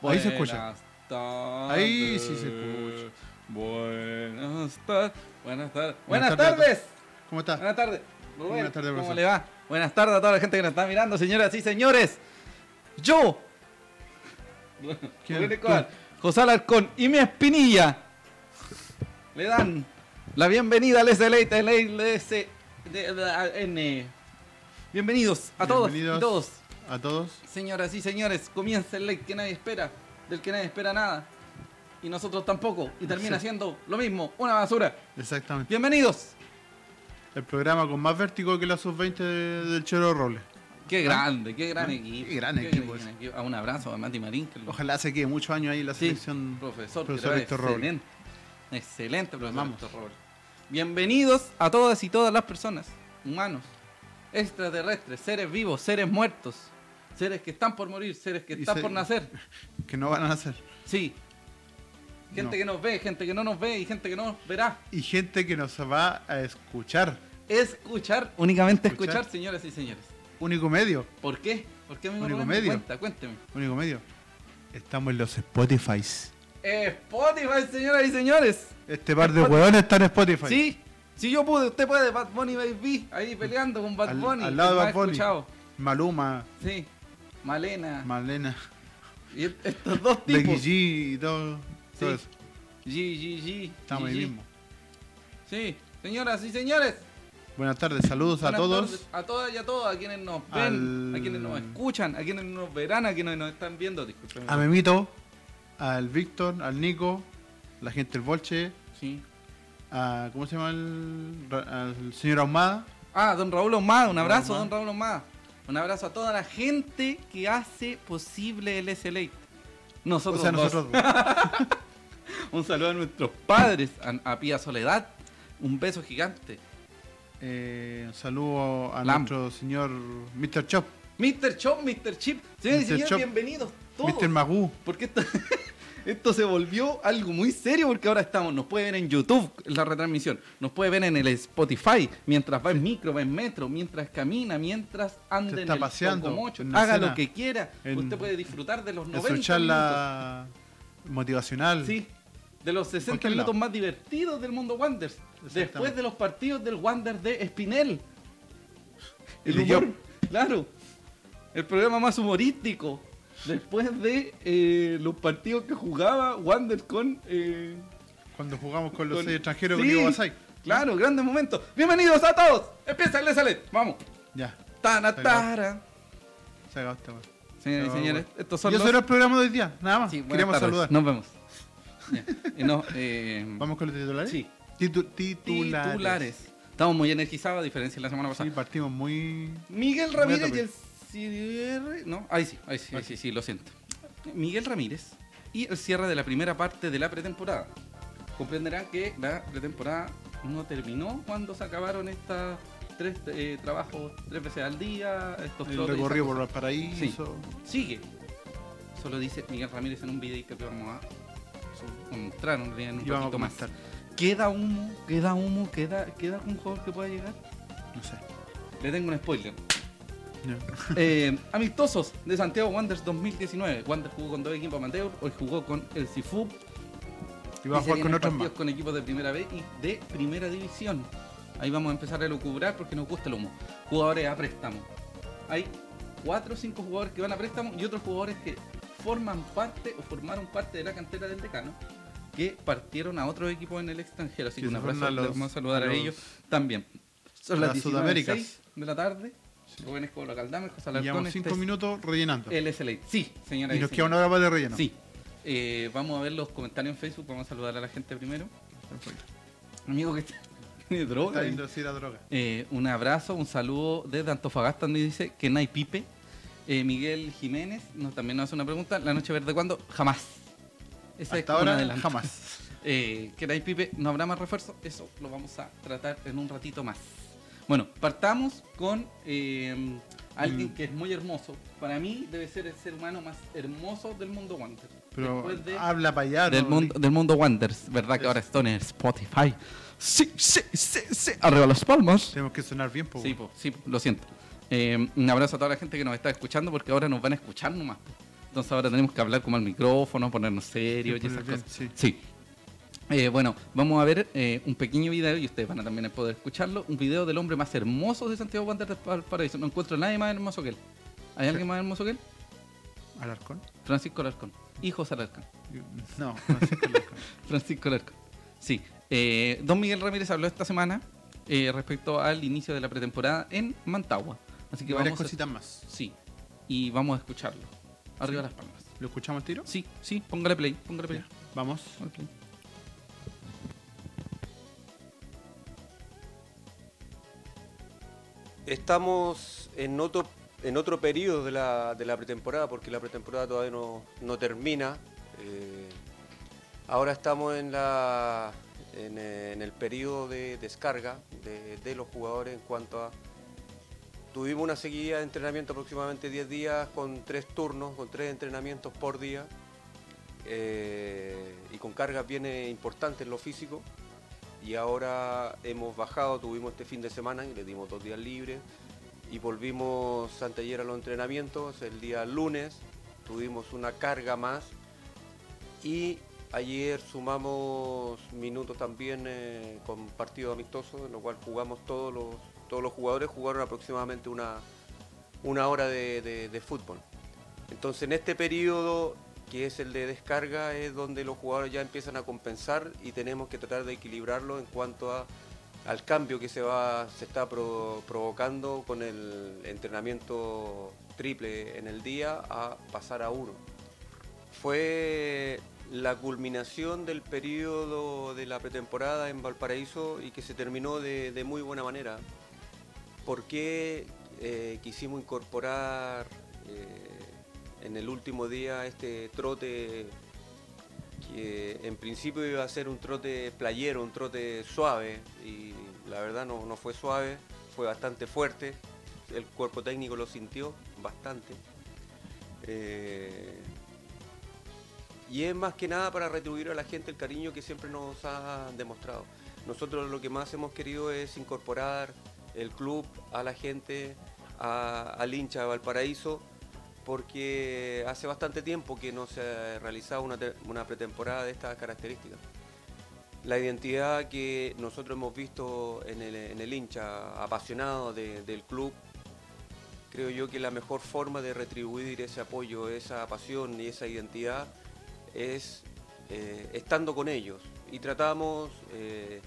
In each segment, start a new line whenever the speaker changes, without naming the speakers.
Ahí
Pues,
se escucha.
Buenas
Ahí sí se
tardes.
escucha.
Buenas tardes. Buenas
Buenas
tardes. Buenas
tardes.
tardes.
¿Cómo está?
Buenas tardes. Rubén,
Buenas tardes,
¿Cómo
profesor.
le va? Buenas tardes a toda la gente que nos está mirando, señoras y señores. Yo,
¿Quién?
Rubén Escobar, José Alarcón y mi espinilla le dan la bienvenida al SLA, al SLS, eh, de- de- a- N. Bienvenidos a todos y
Bienvenidos.
todos.
¿A todos?
Señoras y señores, comienza el like que nadie espera, del que nadie espera nada. Y nosotros tampoco. Y termina
Sí.
siendo lo mismo, una basura.
Exactamente.
Bienvenidos.
El programa con más vértigo que la sub-20 de- del Chero Robles.
Qué grande, qué gran
¿Ah?
equipo.
Qué gran equipo
gran
ese.
equipo. Ah, Un abrazo a Mati Marín. que lo-
Ojalá se quede muchos años ahí la
Sí,
selección.
profesor, que
profesor
era
Héctor Robles.
excelente. Excelente, profesor
amamos.
Héctor Robles. Bienvenidos a todas y todas las personas, humanos, extraterrestres, seres vivos, seres muertos, seres que están por morir, seres que
Y
están
se-
por nacer.
Que no van a hacer.
Sí. Gente
No.
que nos ve, gente que no nos ve y gente que no nos verá.
Y gente que nos va a escuchar.
Escuchar, únicamente escuchar,
Escuchar.
señoras y señores.
Único medio.
¿Por qué? ¿Por qué, amigo
Único
Rubén?
medio.
Cuenta, cuénteme.
Único medio. Estamos en los Spotifys.
Spotify, señoras y señores.
Este par de
Spotify.
hueones está en Spotify.
Sí, si yo pude, usted puede. Bad Bunny Baby, ahí peleando con Bad
Al-
Bunny.
al lado de
el más
Bad Bunny.
escuchado.
Maluma,
Sí, Malena.
Malena,
y est- estos dos
Becky
tipos. G,
G y todo, todo
Sí.
eso.
G, G.
Estamos
G,
ahí
G.
mismo.
Sí, señoras y señores.
Buenas tardes, saludos a
buenas
todos.
tardes a todas y a todos, a quienes nos ven,
Al-
a quienes nos escuchan, a quienes nos verán, a quienes nos están viendo. Disculpen.
A Memito, al Víctor, al Nico, la gente del Bolche,
Sí.
a. ¿Cómo se llama? El, Ra- al señor Ahumada.
Ah, don Raúl Omada, un
Raúl
abrazo,
Ahumada.
don Raúl Omada. Un abrazo a toda la gente que hace posible el SLA.
O
Nosotros,
sea,
dos.
nosotros dos.
un saludo a nuestros padres, a, a Pía Soledad. Un beso gigante.
Eh, un saludo a
Lam.
nuestro señor Mr. Chop,
Mr. Chop, Mr. Chip. Señores
Mr.
y señores,
Chop.
bienvenidos todos.
Mr. Magoo.
Porque esto, esto se volvió algo muy serio porque ahora estamos, nos puede ver en YouTube la retransmisión, nos puede ver en el Spotify, mientras va en micro, va en metro, mientras camina, mientras anda
Se
en
está
el
paseando
Mocho,
en la
haga
cena,
lo que quiera,
en-
usted puede disfrutar de los
De
90
su charla motivacional.
minutos, sí, de los 60
cualquier
minutos
lado.
más divertidos del mundo Wanderers, después
Exactamente.
de los partidos del Wander de Espinel.
Y
El
de
humor,
Job.
claro. El programa más humorístico. Después de eh, los partidos que jugaba Wander con. eh,
Cuando jugamos con los
con-
seis extranjeros
Sí,
con Diego Basay.
Claro, grandes momentos. Bienvenidos a todos. Empieza el sale. Vamos.
Ya,
Tana,
Ahí va.
tara.
se acabó esta weá.
Señores y
Pero,
señores,
bueno.
estos son
Y
los.
eso era el programa de hoy día, nada más.
Sí, buenas
Queríamos
tardes.
saludar.
Nos vemos. Ya. Y no, eh,
¿Vamos con los titulares?
Sí.
Titu- titulares.
Titulares. Estamos muy energizados, a diferencia de la semana pasada.
Sí, partimos muy.
Miguel
Voy a
Ramírez y
tope.
el cierre. No, ahí sí, ahí sí, ahí sí, sí, lo siento. Miguel Ramírez y el cierre de la primera parte de la pretemporada. Comprenderán que la pretemporada no terminó cuando se acabaron estas tres eh, trabajos tres veces al día, estos
El
trotes y
recorrido
esas
por
cosas.
los paraísos.
Sigue. Solo dice Miguel Ramírez en un videito que vamos a encontrar en realidad en un
Y vamos a
ratito más.
comentar.
Queda humo, queda humo, queda, queda un jugador que pueda llegar.
No sé.
Le tengo un spoiler.
Ya.
Eh, amistosos de Santiago Wanderers 2019. Wander jugó con dos equipos amateur, hoy jugó con el Cifu.
Y vamos a jugar con otros más.
Con equipos de primera B y de primera división. Ahí vamos a empezar a lucubrar porque nos gusta el humo. Jugadores a préstamo. Hay 4 o 5 jugadores que van a préstamo y otros jugadores que forman parte o formaron parte de la cantera del decano que partieron a otros equipos en el extranjero. Así
Que
que un
se fueron
abrazo,
a los-
les vamos a saludar a,
a los-
ellos también. Son
a
las
las
19.06
Sudaméricas.
de la tarde. Rubén Escobar Caldame, José
Y
Alarcón,
Llevamos
este
5
es-
minutos rellenando.
el SLA. Sí, señora.
Y nos queda una hora más de relleno.
Sí. Eh, vamos a ver los comentarios en Facebook. Vamos a saludar a la gente primero. Amigo que está- tiene droga.
Está
ahí.
viendo así la droga.
Eh, un abrazo, un saludo desde Antofagasta, donde dice que no hay pipe. Eh, Miguel Jiménez nos, también nos hace una pregunta. ¿La noche verde cuándo? Jamás. Esa
Hasta
como un
ahora,
adelanto.
jamás.
Eh, que no hay pipe, no habrá más refuerzo. Eso lo vamos a tratar en un ratito más. Bueno, partamos con eh, alguien
Mm.
que es muy hermoso. Para mí debe ser el ser humano más hermoso del mundo Wander.
Pero
Después de-
habla para allá.
del,
Ah, no-
mundo, del mundo Wanders, ¿verdad? Que ahora está en Spotify. Sí, sí, sí, sí. Arriba las palmas.
Tenemos que sonar bien, po.
Sí, po, sí, po, lo siento. Eh, un abrazo a toda la gente que nos está escuchando porque ahora nos van a escuchar nomás. po. Entonces ahora tenemos que hablar como al micrófono, ponernos serios y
Sí,
esas
poner
cosas.
bien,
Sí. Eh, bueno, vamos a ver eh, un pequeño video y ustedes van a también poder escucharlo. Un video del hombre más hermoso de Santiago Wanderers para Paraíso. No encuentro a nadie más hermoso que él. ¿Hay alguien más hermoso que él?
¿Alarcón?
Francisco Alarcón. Hijos Alarcón.
No, Francisco Alarcón.
Francisco Alarcón. Sí. Eh, don Miguel Ramírez habló esta semana eh, respecto al inicio de la pretemporada en Mantagua. Así que
Varias
vamos a-
cositas más.
Sí. Y vamos a escucharlo. Arriba las palmas.
¿Lo escuchamos al tiro?
Sí, sí, póngale play, póngale play.
Ya, Vamos.
Póngale play.
Estamos en otro, en otro periodo de la, de la pretemporada, porque la pretemporada todavía no, no termina. Eh, ahora estamos en, la, en, eh, en el periodo de descarga de, de los jugadores en cuanto a... Tuvimos una seguida de entrenamiento aproximadamente 10 días con tres turnos, con tres entrenamientos por día eh, y con cargas bien eh, importantes en lo físico y ahora hemos bajado, tuvimos este fin de semana y le dimos dos días libres y volvimos anteayer a los entrenamientos, el día lunes tuvimos una carga más y ayer sumamos minutos también eh, con partido amistoso, en lo cual jugamos todos los, todos los jugadores, jugaron aproximadamente una, una hora de, de- de fútbol. Entonces en este periodo que es el de descarga es donde los jugadores ya empiezan a compensar y tenemos que tratar de equilibrarlo en cuanto a- al cambio que se va se está pro- provocando con el entrenamiento triple en el día a pasar a uno. Fue la culminación del periodo de la pretemporada en Valparaíso y que se terminó de- de muy buena manera. ¿Por qué eh, quisimos incorporar eh, en el último día este trote que en principio iba a ser un trote playero, un trote suave y la verdad no, no fue suave, fue bastante fuerte, el cuerpo técnico lo sintió bastante. Eh, y es más que nada para retribuir a la gente el cariño que siempre nos ha demostrado. Nosotros lo que más hemos querido es incorporar el club a la gente, a- al hincha de Valparaíso, porque hace bastante tiempo que no se ha realizado una, te- una pretemporada de estas características. La identidad que nosotros hemos visto en el, en el hincha apasionado de- del club creo yo que la mejor forma de retribuir ese apoyo, esa pasión y esa identidad es eh, estando con ellos. Y tratamos eh,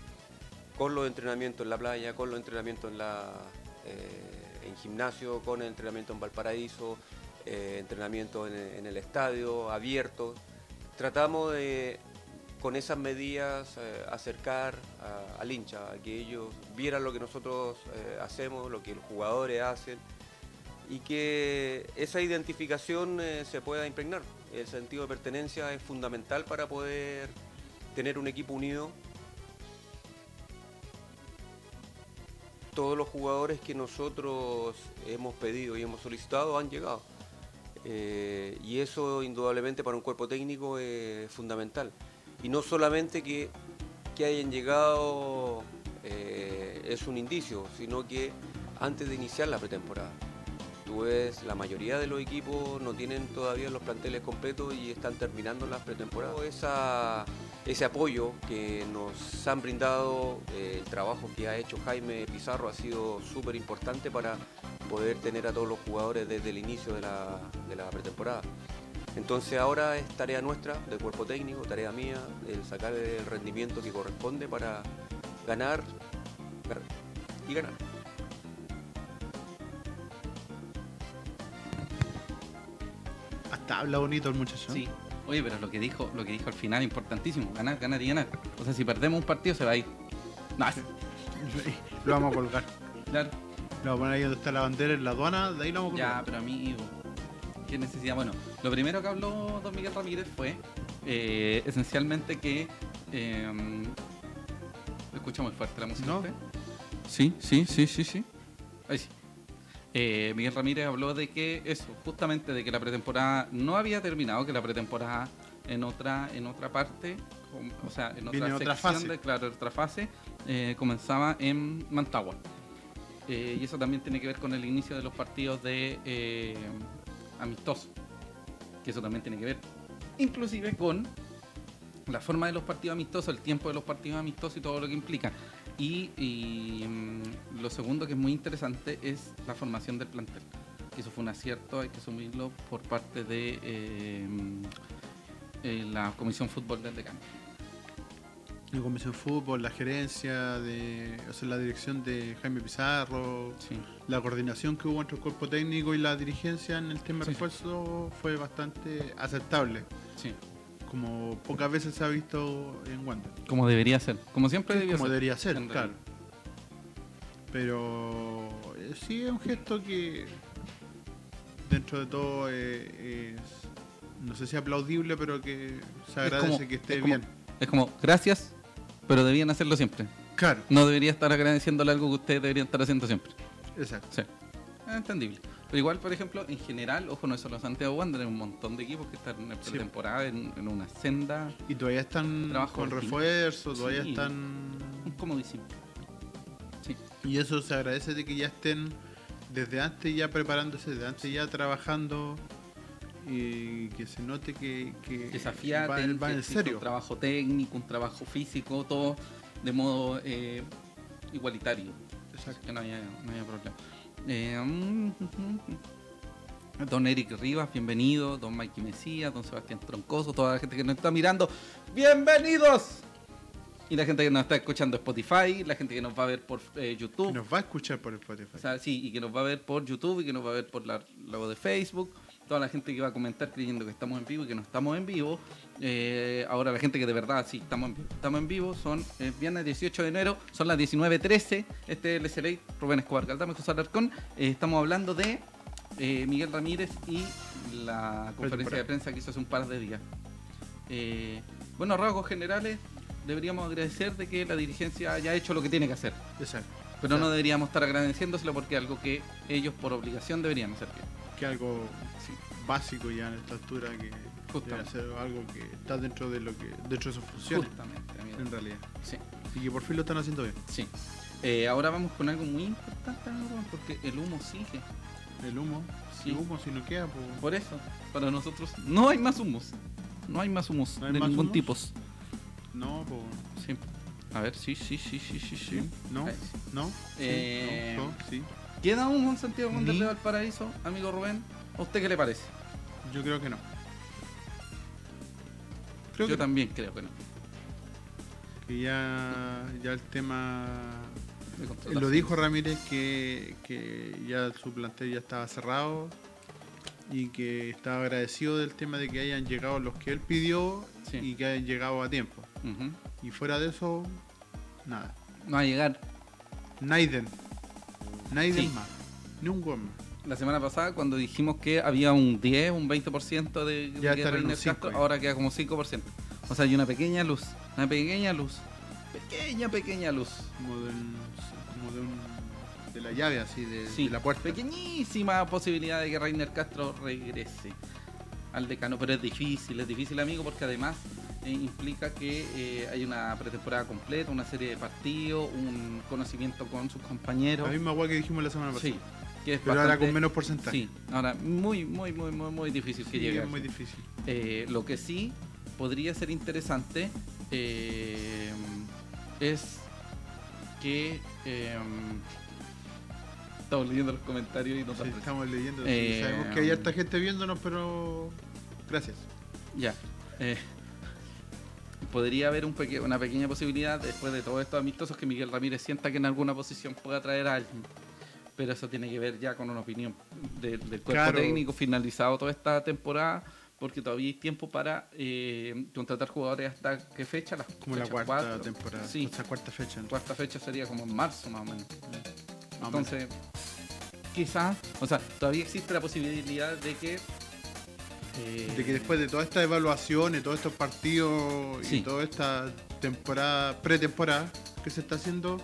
con los entrenamientos en la playa, con los entrenamientos en, la, eh, en gimnasio, con el entrenamiento en Valparaíso, eh, entrenamiento en, en el estadio, abierto. Tratamos de, con esas medidas, eh, acercar a- al hincha, a que ellos vieran lo que nosotros eh, hacemos, lo que los jugadores hacen y que esa identificación eh, se pueda impregnar. El sentido de pertenencia es fundamental para poder tener un equipo unido. Todos los jugadores que nosotros hemos pedido y hemos solicitado han llegado. Eh, y eso indudablemente para un cuerpo técnico es fundamental. Y no solamente que, que hayan llegado eh, es un indicio, sino que antes de iniciar la pretemporada. Tú ves, la mayoría de los equipos no tienen todavía los planteles completos y están terminando las pretemporadas. Esa- ese apoyo que nos han brindado, eh, el trabajo que ha hecho Jaime Pizarro ha sido súper importante para poder tener a todos los jugadores desde el inicio de la, de la pretemporada. Entonces ahora es tarea nuestra, de cuerpo técnico, tarea mía, el sacar el rendimiento que corresponde para ganar, ganar y ganar.
Hasta habla bonito el muchacho. ¿eh?
Sí. Oye, pero lo que dijo, lo que dijo al final, importantísimo, ganar, ganar y ganar. O sea, si perdemos un partido se va a ir. No, es-
Lo vamos a colgar.
claro.
Lo vamos a poner ahí donde está la bandera en la aduana. De ahí lo vamos a
Ya,
colgar.
pero amigo. ¿Qué necesidad? Bueno, lo primero que habló Don Miguel Ramírez fue eh, esencialmente que. Eh, escucha muy fuerte la música.
No.
usted? Sí, sí, sí, sí, sí. Ahí sí. Eh, Miguel Ramírez habló de que eso, justamente de que la pretemporada no había terminado, que la pretemporada en otra, en otra parte, com- o sea, en otra
Viene
sección
otra fase.
de claro, otra fase, eh, comenzaba en Mantagua. Eh, y eso también tiene que ver con el inicio de los partidos de eh, amistosos. que eso también tiene que ver, inclusive con la forma de los partidos amistosos, el tiempo de los partidos amistosos y todo lo que implica. Y, y, mm, lo segundo que es muy interesante es la formación del plantel. Que eso fue un acierto, hay que asumirlo por parte de eh, mm, eh, la Comisión Fútbol del Decano.
La Comisión Fútbol, la gerencia, de, o sea, la dirección de Jaime Pizarro,
Sí.
la coordinación que hubo entre el cuerpo técnico y la dirigencia en el tema de
Sí.
refuerzo fue bastante aceptable,
sí.
como pocas veces se ha visto en Wander.
Como debería ser. Como siempre debió
como
ser.
debería ser,
en
claro.
realidad.
Pero eh, sí es un gesto que dentro de todo eh, es, no sé si aplaudible, pero que se agradece
como-
que esté
es como-
bien.
Es como, gracias, pero debían hacerlo siempre.
Claro,
No debería estar agradeciéndole algo que ustedes deberían estar haciendo siempre.
exacto.
Sí, es Ah, entendible. Pero igual, por ejemplo, en general, ojo, no es solo Santiago Wander, hay un montón de equipos que están en
Sí.
pretemporada, en, en una senda,
Y todavía están
Trabajo
con
del equipo.
refuerzo, todavía
Sí.
están...
comodísimo. Sí,
Y eso se agradece de que ya estén desde antes ya preparándose, desde antes ya trabajando y que se note que, que
desafiar,
Eh, va, va en
un
serio.
trabajo técnico, un trabajo físico, todo de modo eh, igualitario.
Exacto.
que no había, no había problema. Eh, mm, mm, mm. don Eric Rivas, bienvenido. Don Mikey Mesías, don Sebastián Troncoso, toda la gente que nos está mirando, ¡bienvenidos! Y la gente que nos está escuchando en Spotify, la gente que nos va a ver por eh, YouTube.
Nos va a escuchar por Spotify.
O sea, sí, y que nos va a ver por YouTube y que nos va a ver por la, lo de Facebook. Toda la gente que va a comentar creyendo que estamos en vivo y que no estamos en vivo. Eh, ahora la gente que de verdad sí estamos en vivo. Estamos en vivo, son eh, viernes 18 de enero, son las 19.13. Este es el SLA, Rubén Escobar Caldame, José Alarcón. Eh, estamos hablando de eh, Miguel Ramírez y la conferencia de prensa que hizo hace un par de días. Eh, bueno, rasgos generales, deberíamos agradecer de que la dirigencia haya hecho lo que tiene que hacer.
Exacto.
Pero
Claro.
no deberíamos estar agradeciéndoselo porque es algo que ellos por obligación deberían hacer bien.
Que algo
Sí.
básico ya en esta altura que
Justamente.
debe ser algo que está dentro de lo que dentro de sus funciones
Justamente, amigo.
en realidad.
Sí,
Y que por fin lo están haciendo bien.
sí. Eh, ahora vamos con algo muy importante, amigo, porque el humo sigue.
El humo,
Sí.
si humo si no queda, pues
Por eso, para nosotros no hay más humos. No hay más humos
¿No hay
de
más
ningún
humos?
tipo.
no, pues
Sí. A ver, sí, sí, sí, sí, sí, sí.
no,
Ahí.
no, sí,
Eh,
no, no, sí.
¿Queda humo en Santiago
Ni-
Wanderleo del Paraíso, amigo Rubén? ¿A usted qué le parece?
Yo creo que no. Creo
Yo
que, no.
también creo que no.
que ya, ya el tema eh,
De contratación.
Lo dijo Ramírez que, que ya su plantel ya estaba cerrado y que estaba agradecido del tema de que hayan llegado los que él pidió
Sí.
y que hayan llegado a tiempo.
Ujú.
Y fuera de eso, nada.
No va a llegar
Naiden. Naiden
Sí.
más. Ni un gol más.
La semana pasada, cuando dijimos que había un 10, un 20% de
Ya
de
están en
Reiner
un 5
Castro,
ya.
ahora queda como 5%. O sea, hay una pequeña luz, una pequeña luz, pequeña, pequeña luz.
Como de, un- como de, un- de la llave así, de,
Sí,
de la puerta.
Pequeñísima posibilidad de que Reiner Castro regrese al decano, pero es difícil, es difícil, amigo, porque además eh, implica que eh, hay una pretemporada completa, una serie de partidos, un conocimiento con sus compañeros.
La misma guay que dijimos la semana pasada.
Sí, que es
Pero ahora con
bastante-
menos porcentaje.
Sí, ahora muy, muy, muy, muy, muy difícil que
Sí,
llegue.
es muy difícil.
Eh, lo que sí podría ser interesante eh, es que. eh, estamos leyendo los comentarios y no
Sí,
te
estamos leyendo. sí,
Eh,
sabemos que hay harta gente viéndonos, pero gracias.
Ya. eh, podría haber un peque- una pequeña posibilidad, después de todos estos amistosos, que Miguel Ramírez sienta que en alguna posición pueda traer a alguien. Pero eso tiene que ver ya con una opinión de- del cuerpo
Claro.
técnico finalizado toda esta temporada, porque todavía hay tiempo para eh, contratar jugadores hasta qué fecha, las
Como la
fechas
cuarta
cuatro.
temporada.
Sí.
O sea, cuarta fecha. ¿no?
cuarta fecha sería como en marzo más o menos.
Más o
Entonces, quizás, o sea, todavía existe la posibilidad de que... eh,
menos. De que después de todas estas evaluaciones, todos estos partidos y
Sí.
toda esta temporada, pretemporada que se está haciendo,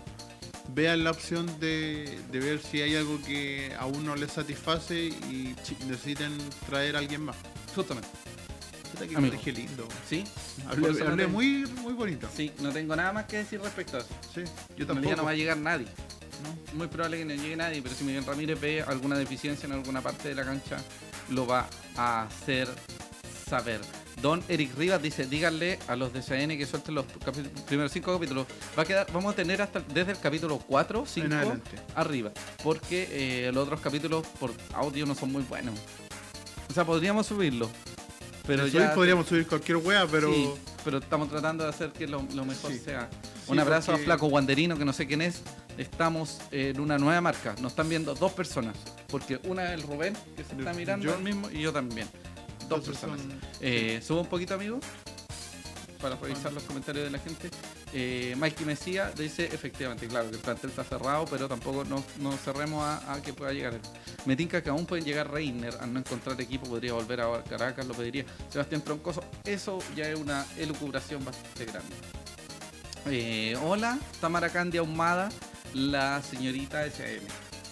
vean la opción de, de ver si hay algo que a uno les satisface y necesiten traer a alguien más.
Justamente,
Puta que
Amigo.
colegio lindo.
¿sí? Por
Hablé,
eso no
hablé
te-
muy, muy bonito. Sí.
Sí, no tengo nada más que decir respecto a eso.
Yo
En realidad
tampoco.
no va a llegar nadie.
¿no?
Muy probable que no llegue nadie, pero si Miguel Ramírez ve alguna deficiencia en alguna parte de la cancha, lo va a hacer saber. Don Eric Rivas dice, díganle a los de CN que suelten los capi- primeros cinco capítulos. Va a quedar, vamos a tener hasta desde el capítulo 4, 5
adelante.
arriba. Porque eh, los otros capítulos por audio no son muy buenos. O sea, podríamos subirlo. Pero
De
ya.
subir podríamos subir cualquier wea, pero.
Sí, pero estamos tratando de hacer que lo, lo mejor
Sí.
sea.
Sí,
Un abrazo
porque-
a Flaco Wanderino, que no sé quién es. Estamos en una nueva marca. Nos están viendo dos personas. Porque una es el Rubén, que se está
Yo-
mirando
yo.
él mismo, y yo también. Dos
entonces
personas.
son-
Eh, Subo un poquito, amigo, para revisar los comentarios de la gente. Eh, Mikey Mesía dice, efectivamente, claro, que el plantel está cerrado, pero tampoco nos no cerremos a, a que pueda llegar. Me tinca que aún pueden llegar Reiner, al no encontrar equipo podría volver a Caracas, lo pediría Sebastián Troncoso. Eso ya es una elucubración bastante grande. Eh, hola, Tamara Candia Ahumada, la señorita SM.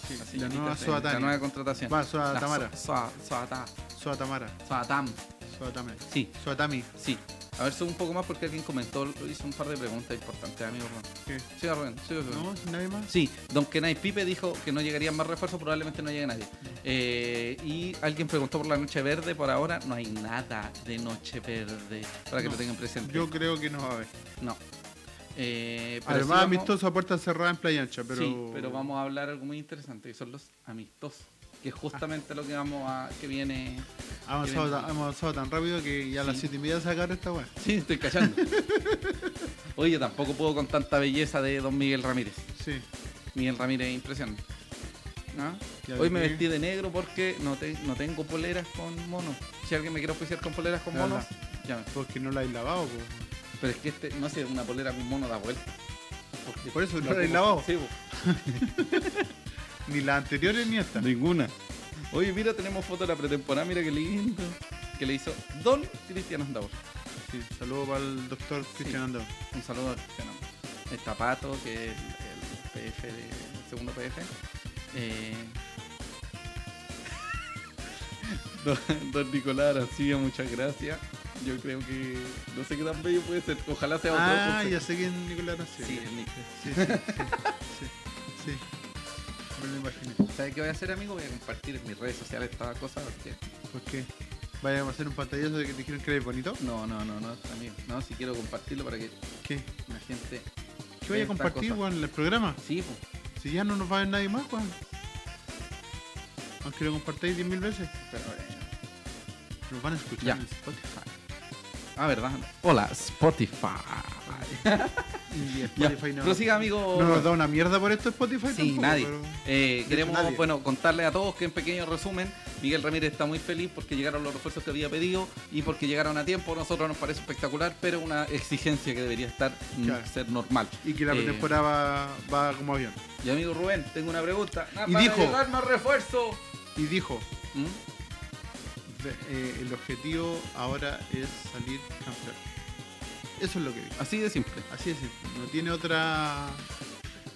sí,
La,
la
señorita
nueva
SM,
Suatani.
la nueva contratación.
Va, Sua
La
Tamara.
Sua- Sua- Suata-
Sua Tamara.
Suatam,
Sua Tamara.
sí.
Sua Tami.
Sí. A ver, sube un poco más porque alguien comentó, hizo un par de preguntas importantes, amigo Rubén.
¿Qué?
Sí, Rubén, sí, Rubén.
¿No? ¿Nadie más?
Sí, Don Kenai Pipe dijo que no llegarían más refuerzos, probablemente no llegue nadie. Eh, y alguien preguntó por la Noche Verde, por ahora no hay nada de Noche Verde, para que
No,
lo tengan presente.
Yo creo que no va a haber.
No. Eh, pero
Además,
sí vamos-
amistoso a puerta cerrada en Playa Ancha, pero.
Sí, pero vamos a hablar algo muy interesante, que son los amistosos, que es justamente lo que vamos a... que viene...
Ha avanzado,
Qué
ta-
bien.
ha avanzado tan rápido que ya a las
Sí.
7 y media se agarra esta weá.
Sí, estoy callando. Oye, tampoco puedo con tanta belleza de Don Miguel Ramírez.
Sí.
Miguel Ramírez, impresionante. ¿Ah?
Ya
Hoy me
vi.
vestí de negro porque no, te- no tengo poleras con monos. Si alguien me quiere oficiar con poleras con
Ya,
monos, llame.
Porque no la hay lavado, po.
Pero es que este, no sé, una polera con mono da vuelta. Porque
Por eso,
la
¿no la
ocupo-
hay lavado?
Sí, po.
Ni las anteriores ni esta.
Ninguna. Oye, mira, tenemos foto de la pretemporada, mira qué lindo. Que le hizo Don Cristian Andau.
Sí, saludo para el doctor Cristian Andor.
Un saludo a Cristian Andau. Está Pato, que es el, el PF, de, el segundo PF. Eh, Don, don Nicolás Arancibia, muchas gracias. Yo creo que no sé qué tan bello puede ser. Ojalá sea otro.
Ah,
José.
ya sé quién es Nicolás Araceli.
Sí, el Nico.
Sí, sí, sí, sí, sí. Me lo imaginé.
¿Sabes qué voy a hacer, amigo? Voy a compartir en mis redes sociales esta cosa porque.
¿Por qué? ¿Vayamos a hacer un pantallazo de que te dijeron que eres bonito?
No, no, no, no, amigo. No, si quiero compartirlo para que
¿Qué?
la gente.
¿Qué vaya
vea
a
esta
compartir,
cosa.
weón, en el programa?
Sí, pues.
Si ya no nos va a ver nadie más, weón. Aunque lo compartáis 10.000 veces,
Pero eh, bueno.
nos van a escuchar
Ya.
en Spotify.
Ah, ¿verdad? Hola, Spotify.
Y
Ya.
Spotify no.
Prosiga, amigo.
No nos da una mierda por esto Spotify
Sí,
tampoco,
nadie.
pero-
Eh,
hecho,
queremos
nadie.
bueno contarles a todos que en pequeño resumen, Miguel Ramírez está muy feliz porque llegaron los refuerzos que había pedido y porque llegaron a tiempo. A nosotros nos parece espectacular, pero una exigencia que debería estar mm,
Claro.
ser normal.
Y que la
Eh,
pretemporada va, va como avión.
Y amigo Rubén, tengo una pregunta. Ah,
Y
van a
dijo-
llegar más refuerzo.
Y dijo,
¿Mm?
de- eh, el objetivo ahora es salir campeón. Eso es lo que dijo.
Así de simple.
Así es, no tiene otra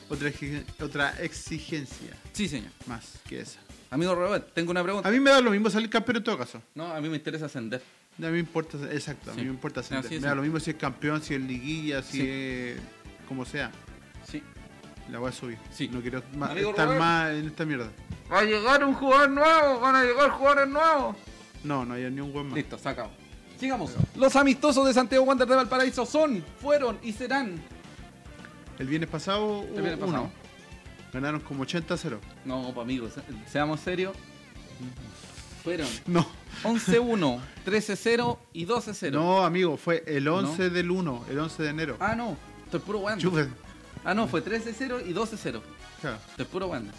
otra, exige- otra exigencia
Sí, señor.
más que esa.
Amigo Rubén, tengo una pregunta.
A mí me da lo mismo salir campeón en todo caso.
No, a mí me interesa ascender.
A mí me importa, exacto, a mí
Sí.
me importa ascender.
Así es,
me da
sí.
lo mismo si es campeón, si es liguilla, si
Sí.
es como sea.
Sí.
La voy a subir.
Sí.
No quiero ma-
Amigo
estar
Robert.
más en esta mierda.
Va a llegar un jugador nuevo, van a llegar jugadores nuevos.
No, no hay ni un buen más.
Listo, se acabó. Sigamos. Los amistosos de Santiago Wander de Valparaíso son, fueron y serán.
El viernes pasado,
El viernes pasado.
uno. Ganaron como 80 a 0.
No, pa, amigos, se- seamos serios. Fueron
No.
11-1, 13-0 y 12-0.
No, amigo, fue el 11 del 1, el 11 de enero.
Ah, no, esto es puro Wander.
Chupe.
Ah, no, fue 13-0 y 12-0.
Claro.
Esto es puro Wander.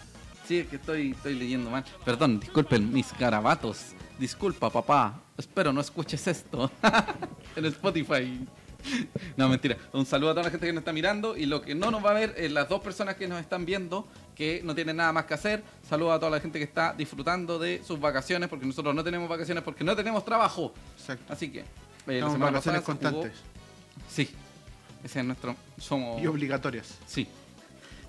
Sí, es que estoy, estoy leyendo mal. Perdón, disculpen mis garabatos. Disculpa, papá. Espero no escuches esto en Spotify. No, mentira. Un saludo a toda la gente que nos está mirando y lo que no nos va a ver es las dos personas que nos están viendo que no tienen nada más que hacer. Saludo a toda la gente que está disfrutando de sus vacaciones porque nosotros no tenemos vacaciones porque no tenemos trabajo.
Exacto.
Así que eh,
Estamos en vacaciones
pasada se jugó-
constantes
Sí. Ese es nuestro somos
y obligatorias.
Sí.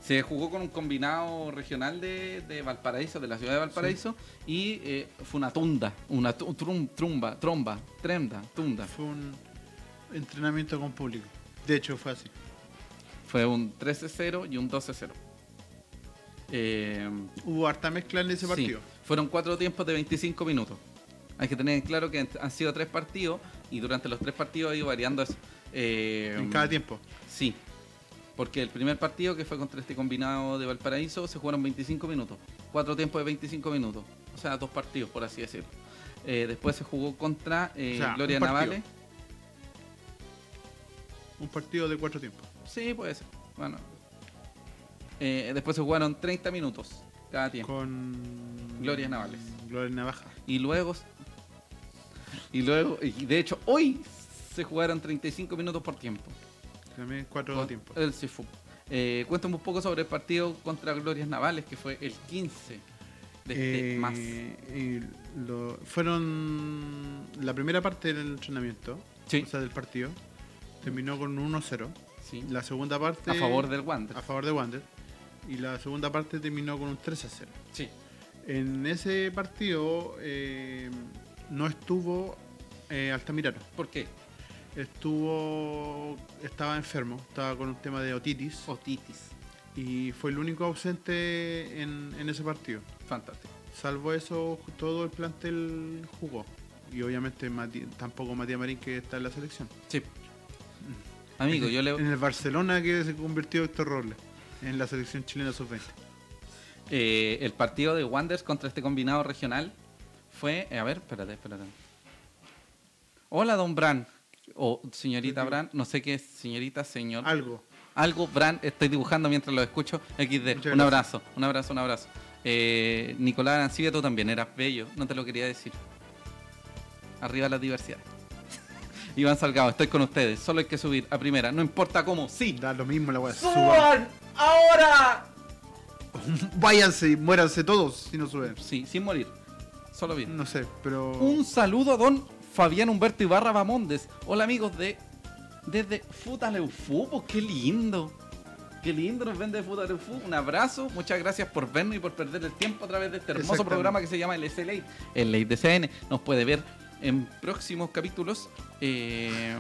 Se jugó con un combinado regional de, de Valparaíso, de la ciudad de Valparaíso, y eh, fue una tunda, una tu- trum- trumba, tromba, tremda, tunda.
Fue un entrenamiento con público. De hecho, fue así.
Fue un 13-0 y un 12-0. Eh,
Hubo harta mezcla en ese
sí.
partido.
Fueron cuatro tiempos de 25 minutos. Hay que tener en claro que han sido tres partidos y durante los tres partidos ha ido variando eso. Eh,
en cada tiempo.
Sí, porque el primer partido que fue contra este combinado de Valparaíso se jugaron 25 minutos, cuatro tiempos de 25 minutos, o sea, dos partidos por así decirlo. Eh, después se jugó contra eh,
O sea,
Gloria
un partido.
Navales.
Un partido de cuatro tiempos.
Sí, puede ser. Bueno. Eh, después se jugaron 30 minutos cada tiempo.
Con.
Gloria Navales.
Gloria Navaja.
Y luego. Y luego. Y de hecho, hoy se jugaron 35 minutos por tiempo.
También cuatro
Con-
tiempos.
El Cifu. Eh, cuéntame un poco sobre el partido contra Glorias Navales, que fue el 15 de este
Eh,
más.
y lo- fueron la primera parte del entrenamiento,
Sí.
o sea, del partido, terminó con un 1-0.
Sí.
La Ah, segunda parte
A favor del Wander.
a favor de Wander y la segunda parte terminó con un 3-0.
Sí.
En ese partido eh, no estuvo eh, Altamirano,
¿Por qué?
estuvo estaba enfermo, estaba con un tema de otitis
Otitis.
y fue el único ausente en, en ese partido.
Fantástico.
Salvo eso, todo el plantel jugó. Y obviamente Mati- tampoco Matías Marín que está en la selección.
Sí. Amigo, yo le.
En el Barcelona que se convirtió Héctor Robles, en la selección chilena sub-20.
Eh, el partido de Wanders contra este combinado regional fue. eh, a ver, espérate, espérate. Hola, don Bran. O señorita Bran, no sé qué es, señorita, señor.
Algo.
Algo, Bran, estoy dibujando mientras lo escucho.
Muchas
XD. Un
gracias.
abrazo, un abrazo, un abrazo. Eh, Nicolás Arancibia, tú también eras bello, no te lo quería decir. Arriba la diversidad. Iván Salgado, estoy con ustedes. Solo hay que subir a primera, no importa cómo, sí.
Da lo mismo la weá. suban.
¡Suban! ¡Ahora!
Váyanse y muéranse todos si no suben.
Sí, sin morir. Solo bien.
No sé, pero.
Un saludo a don Fabián Humberto Ibarra Bamondes. Hola amigos de desde Futaleufu, pues qué lindo. Qué lindo nos vende Futaleufu. Un abrazo, muchas gracias por vernos y por perder el tiempo a través de este hermoso
Exactamente.
programa que se llama el SLA. El Late de CN nos puede ver en próximos capítulos. eh,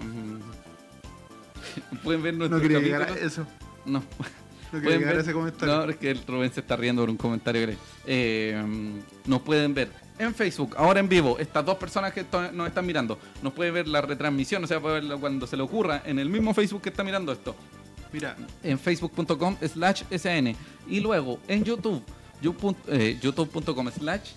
pueden ver
No
nuestros
quería llegar a
capítulos.
eso.
No.
No quería
Pueden
llegar a
ver-
ese comentario.
No, es que el Rubén se está riendo por un comentario que leí. Eh, mm, nos pueden ver en Facebook, ahora en vivo, estas dos personas que to- nos están mirando. Nos pueden ver la retransmisión, o sea, puede verlo cuando se le ocurra en el mismo Facebook que está mirando esto.
Mira,
En facebook.com slash SN. Y luego en YouTube, you pun- eh, youtube.com slash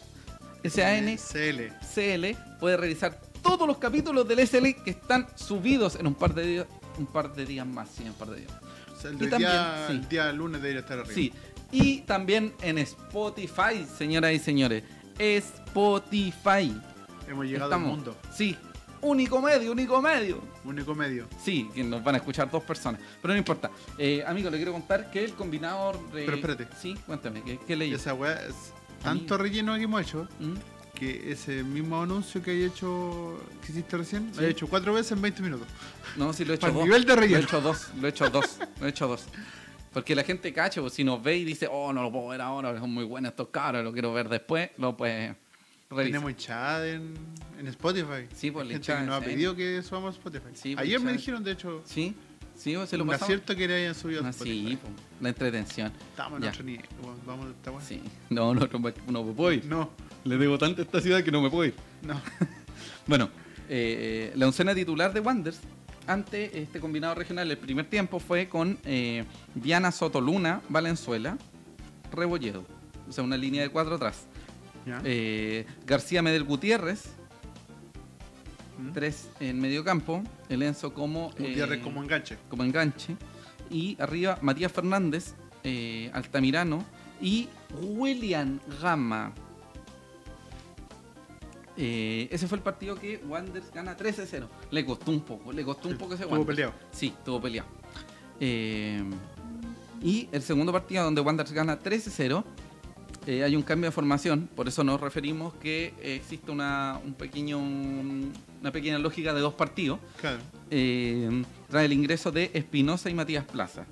SN
CL.
CL puede revisar todos los capítulos del SL que están subidos en un par de días, un par de días más, sí, un par de días.
O sea, el,
Y
del
también,
día,
sí.
el día lunes debería estar arriba.
Sí. Y también en Spotify, señoras y señores. Spotify.
Hemos llegado
Estamos.
al mundo.
Sí. Único medio, único medio.
Único medio.
Sí, que nos van a escuchar dos personas. Pero no importa. Eh, amigo, le quiero contar que el combinador de.
Pero espérate.
Sí, cuéntame, ¿qué, qué
Y
leí?
esa weá es tanto relleno que hemos hecho
¿Mm?
que ese mismo anuncio que hay hecho que hiciste recién,
Sí.
lo he hecho cuatro veces en 20 minutos.
No, sí, lo he hecho
Para el
dos.
nivel de
Lo he
relleno.
hecho dos, lo he hecho dos, lo he hecho dos. Porque la gente cacha, pues, si nos ve y dice, oh, no lo puedo ver ahora, son muy buenos estos caros, lo quiero ver después, lo pues. revisa.
Tenemos hinchada en, en Spotify.
Sí, pues,
Hay
la
gente
hinchada
que nos ha
en serio.
pedido que subamos a Spotify.
Sí, pues,
Ayer me
hinchada.
dijeron, de hecho,
Sí, sí, o se lo
un
pasamos.
acierto que le hayan subido a
Ah,
Spotify.
sí, po, la entretención.
Estamos en
Ya.
otro nivel. weón. Vamos, está bueno.
Sí. No, no, no, me- no me puedo ir.
No,
Le debo tanto a esta ciudad que no me puedo ir.
no.
Bueno, eh, la oncena titular de Wanders ante este combinado regional, el primer tiempo fue con eh, Diana Sotoluna, Valenzuela, Rebolledo. O sea, una línea de cuatro atrás.
Ya.
Eh, García Medel Gutiérrez,
¿Mm?
tres en medio campo. El Enzo como, eh,
Gutiérrez como enganche.
como enganche. Y arriba Matías Fernández, eh, Altamirano y William Gama. Eh, ese fue el partido que Wanderers gana 13-0. Le costó un poco, le costó un poco ese
Estuvo
Wanderers.
peleado.
Sí, estuvo peleado. Eh, y el segundo partido donde Wanderers gana 13-0, eh, hay un cambio de formación, por eso nos referimos que eh, existe una, un pequeño, una pequeña lógica de dos partidos
Claro.
eh, tras el ingreso de Espinosa y Matías Plaza.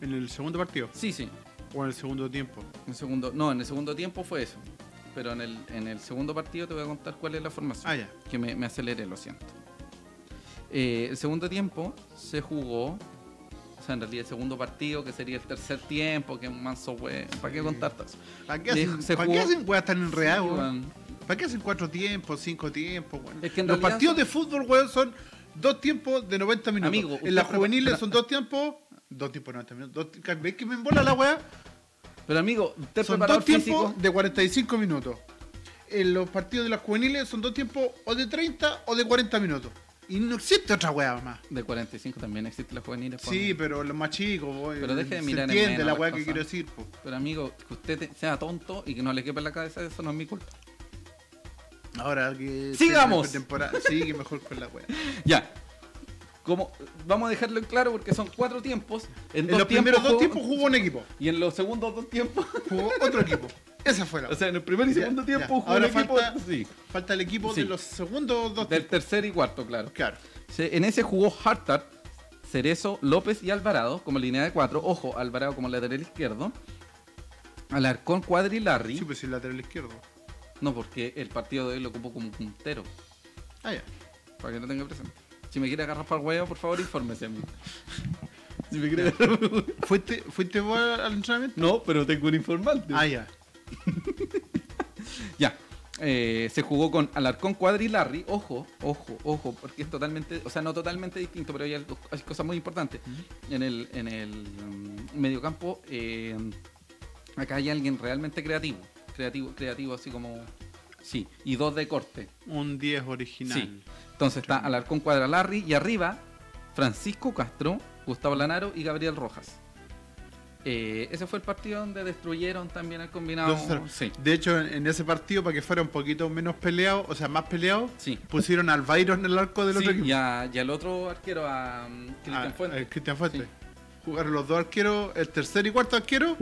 En el segundo partido.
Sí, sí.
O en el segundo tiempo.
En segundo, no, en el segundo tiempo fue eso. Pero en el, en el segundo partido te voy a contar cuál es la formación.
Ah, ya.
Que me, me aceleré, lo siento. Eh, el segundo tiempo se jugó. O sea, en realidad el segundo partido, que sería el tercer tiempo, que es un manso hue- ¿Para qué contar todo eso?
¿Para qué
Le-
hacen,
se
¿para
jugó-
qué hacen weas tan enredadas,
Sí, pues,
weón?
weón.
¿Para qué hacen cuatro tiempos, cinco tiempos? weón?
Es que en
Los
realidad
partidos de
son-
fútbol, weón, son dos tiempos de 90 minutos.
Amigo, usted
en las
prepa-
juveniles son dos tiempos. Dos tiempos de 90 minutos. Dos, ¿Ves que me embola la weá?
Pero amigo, usted es
Son
preparador
dos
físico.
tiempos de 45 minutos. En los partidos de las juveniles son dos tiempos o de 30 o de 40 minutos. Y no existe otra weá más.
De 45 también existe la juvenil. po,
Sí,
amigo.
pero los más chicos, weón,
Pero deje de mirar en
se entiende
menos
la
las
weá que
cosas.
quiero decir. po.
Pero amigo, que usted te- sea tonto y que no le quepa en la cabeza, eso no es mi culpa.
Ahora que.
¡Sigamos!
se- temporada- Sigue mejor con la weá.
Ya. Como, vamos a dejarlo en claro porque son cuatro tiempos. En,
En
dos
los primeros dos
jugó-
tiempos jugó un equipo.
Y en los segundos dos tiempos.
Jugó otro equipo. Esa fue la
O sea, en el primer y
Ya,
segundo
ya.
tiempo jugó
Ahora
el equipo.
falta-
sí,
Falta el equipo
Sí.
de los segundos dos
del
tiempos.
tercer y cuarto, claro.
Claro.
Se- En ese jugó Hartart, Cerezo, López y Alvarado como línea de cuatro. Ojo, Alvarado como lateral izquierdo. Alarcón, Cuadri, Larry.
Sí, pues el lateral izquierdo.
No, porque el partido de hoy lo ocupó como puntero.
Ah, ya.
Para que no tenga presente. Si me quiere agarrar para el huevo, por favor, infórmese a mí. Si me quiere agarrar para el huevo.
¿Fuiste, fuiste vos al al entrenamiento?
No, pero tengo un informante.
Ah, ya.
Ya. Eh, se jugó con Alarcón, Cuadri y Larry. Ojo, ojo, ojo, porque es totalmente, o sea, no totalmente distinto, pero hay, algo- hay cosas muy importantes. En el, en el mm, mediocampo, eh, acá hay alguien realmente creativo. Creativo, creativo, así como. Sí, y dos de corte.
Un 10 original.
Sí. Entonces está Alarcón, Cuadra, Larry y arriba Francisco Castro, Gustavo Lanaro y Gabriel Rojas. Eh, ese fue el partido donde destruyeron también el combinado.
Entonces,
Sí,
De hecho, en, en ese partido, para que fuera un poquito menos peleado, o sea, más peleado,
sí.
pusieron al Byron en el arco del
Sí,
otro equipo.
y, a- y al otro arquero, a um, Cristian
Ah,
Fuentes.
eh, Cristian Fuentes. Jugaron los dos arqueros, el tercer y cuarto arquero,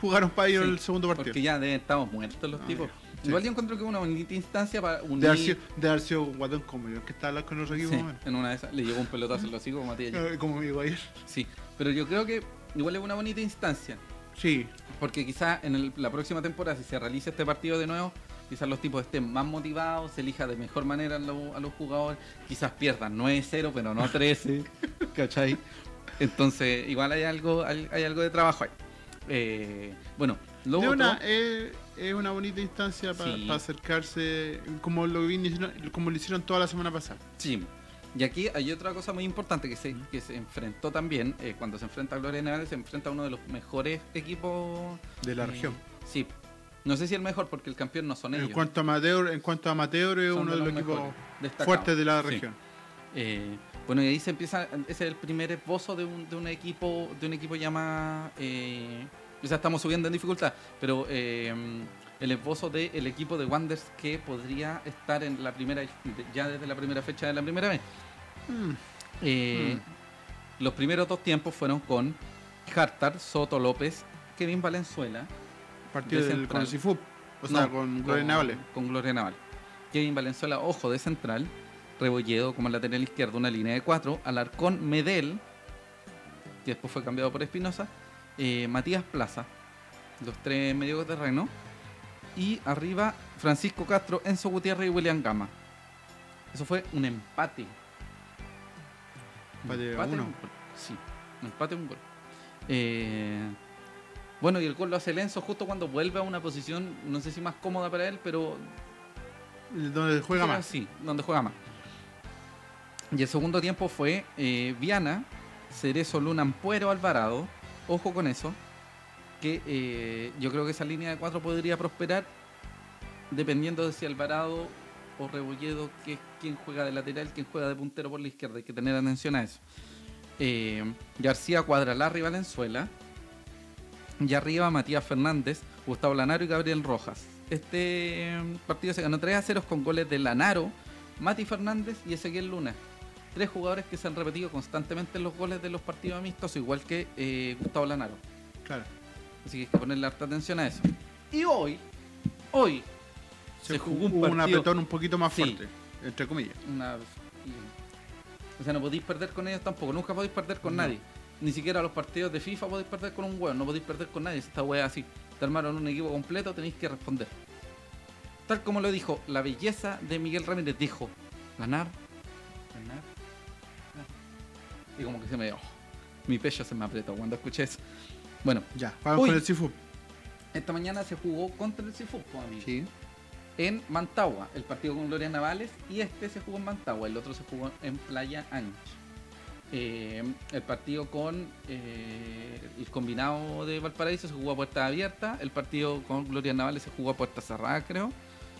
jugaron para ellos
Sí,
el segundo partido.
Porque ya deben- estamos muertos los
Ah,
tipos.
sí.
Igual yo encuentro que es una bonita instancia para
De
unir.
haber sido, de haber sido un guatón como yo, que estaba con los
Sí,
equipos, bueno.
en una de esas le llegó un pelotazo en los hijos, Matías.
Eh, como digo ayer.
Sí, pero yo creo que igual es una bonita instancia.
Sí,
Porque quizás en el- la próxima temporada, si se realiza este partido de nuevo, quizás los tipos estén más motivados, se elija de mejor manera a, lo- a los jugadores, quizás pierdan 9-0, pero no 13, ¿cachai? Entonces, igual hay algo, hay, hay algo de trabajo ahí. Eh, bueno, lo
Es
otro-
una, eh. es, es una bonita instancia para
Sí.
acercarse, como lo, vin- como lo hicieron toda la semana pasada.
Sí. Y aquí hay otra cosa muy importante que se, que se enfrentó también, eh, cuando se enfrenta a Gloria Naval, se enfrenta a uno de los mejores equipos
De la
eh,
región.
Sí. No sé si el mejor, porque el campeón no son
En
ellos.
cuanto a amateur, en cuanto a amateur es
Son
uno de los, equipos
mejores, destacados.
fuertes de la
Sí.
región.
Eh, bueno, y ahí se empieza, ese es el primer esbozo de un, de un equipo, de un equipo ya más, eh, o sea, estamos subiendo en dificultad, pero eh, el esbozo del equipo de Wanders que podría estar en la primera, ya desde la primera fecha de la primera vez.
Mm,
Eh, Los primeros dos tiempos fueron con Hartar, Soto López, Kevin Valenzuela,
partido
de
del,
central.
con el Cifú, o sea,
No,
con Gloria Navales.
Con Gloria Naval. Kevin Valenzuela, ojo de central. Rebolledo como lateral izquierdo, una línea de cuatro. Alarcón Medel, que después fue cambiado por Espinosa. eh, Matías Plaza, los tres medios de terreno. Y arriba Francisco Castro, Enzo Gutiérrez y William Gama. Eso fue un empate.
Empate a
y
uno.
un gol. Sí, un empate y un gol. Eh, bueno, y el gol lo hace Lenzo justo cuando vuelve a una posición, no sé si más cómoda para él, pero
Donde juega más.
Sí, donde juega más. Y el segundo tiempo fue eh, Viana, Cerezo, Luna, Ampuero, Alvarado. Ojo con eso. Que eh, yo creo que esa línea de cuatro podría prosperar dependiendo de si Alvarado o Rebolledo, que es quien juega de lateral, quien juega de puntero por la izquierda. Hay que tener atención a eso. Eh, García Cuadralarri Valenzuela. Y arriba Matías Fernández, Gustavo Lanaro y Gabriel Rojas. Este eh, partido se ganó 3 a 0 con goles de Lanaro, Mati Fernández y Ezequiel Luna. Tres jugadores que se han repetido constantemente en los goles de los partidos amistosos, igual que eh, Gustavo Lanaro.
Claro.
Así que hay que ponerle harta atención a eso. Y hoy, hoy, Se jugó un
hubo un
partido-
apretón un poquito más
Sí.
fuerte, entre comillas.
una... y- O sea, no podéis perder con ellos tampoco, nunca podéis perder con
No.
nadie. Ni siquiera los partidos de FIFA podéis perder con un hueón, no podéis perder con nadie. Esta hueá así, te armaron un equipo completo, tenéis que responder. Tal como lo dijo, la belleza de Miguel Ramírez dijo, ganar, ganar, ganar". Y como que se me... oh, mi pecho se me apretó cuando escuché eso. Bueno,
Ya, vamos
Uy.
con el Cifú.
esta mañana se jugó contra el Cifupo, pues, amigo.
Sí.
en Mantagua, el partido con Gloria Navales, y este se jugó en Mantagua, el otro se jugó en Playa Ancha. Eh, el partido con eh, el combinado de Valparaíso se jugó a puerta abierta, el partido con Gloria Navales se jugó a puerta cerrada, creo,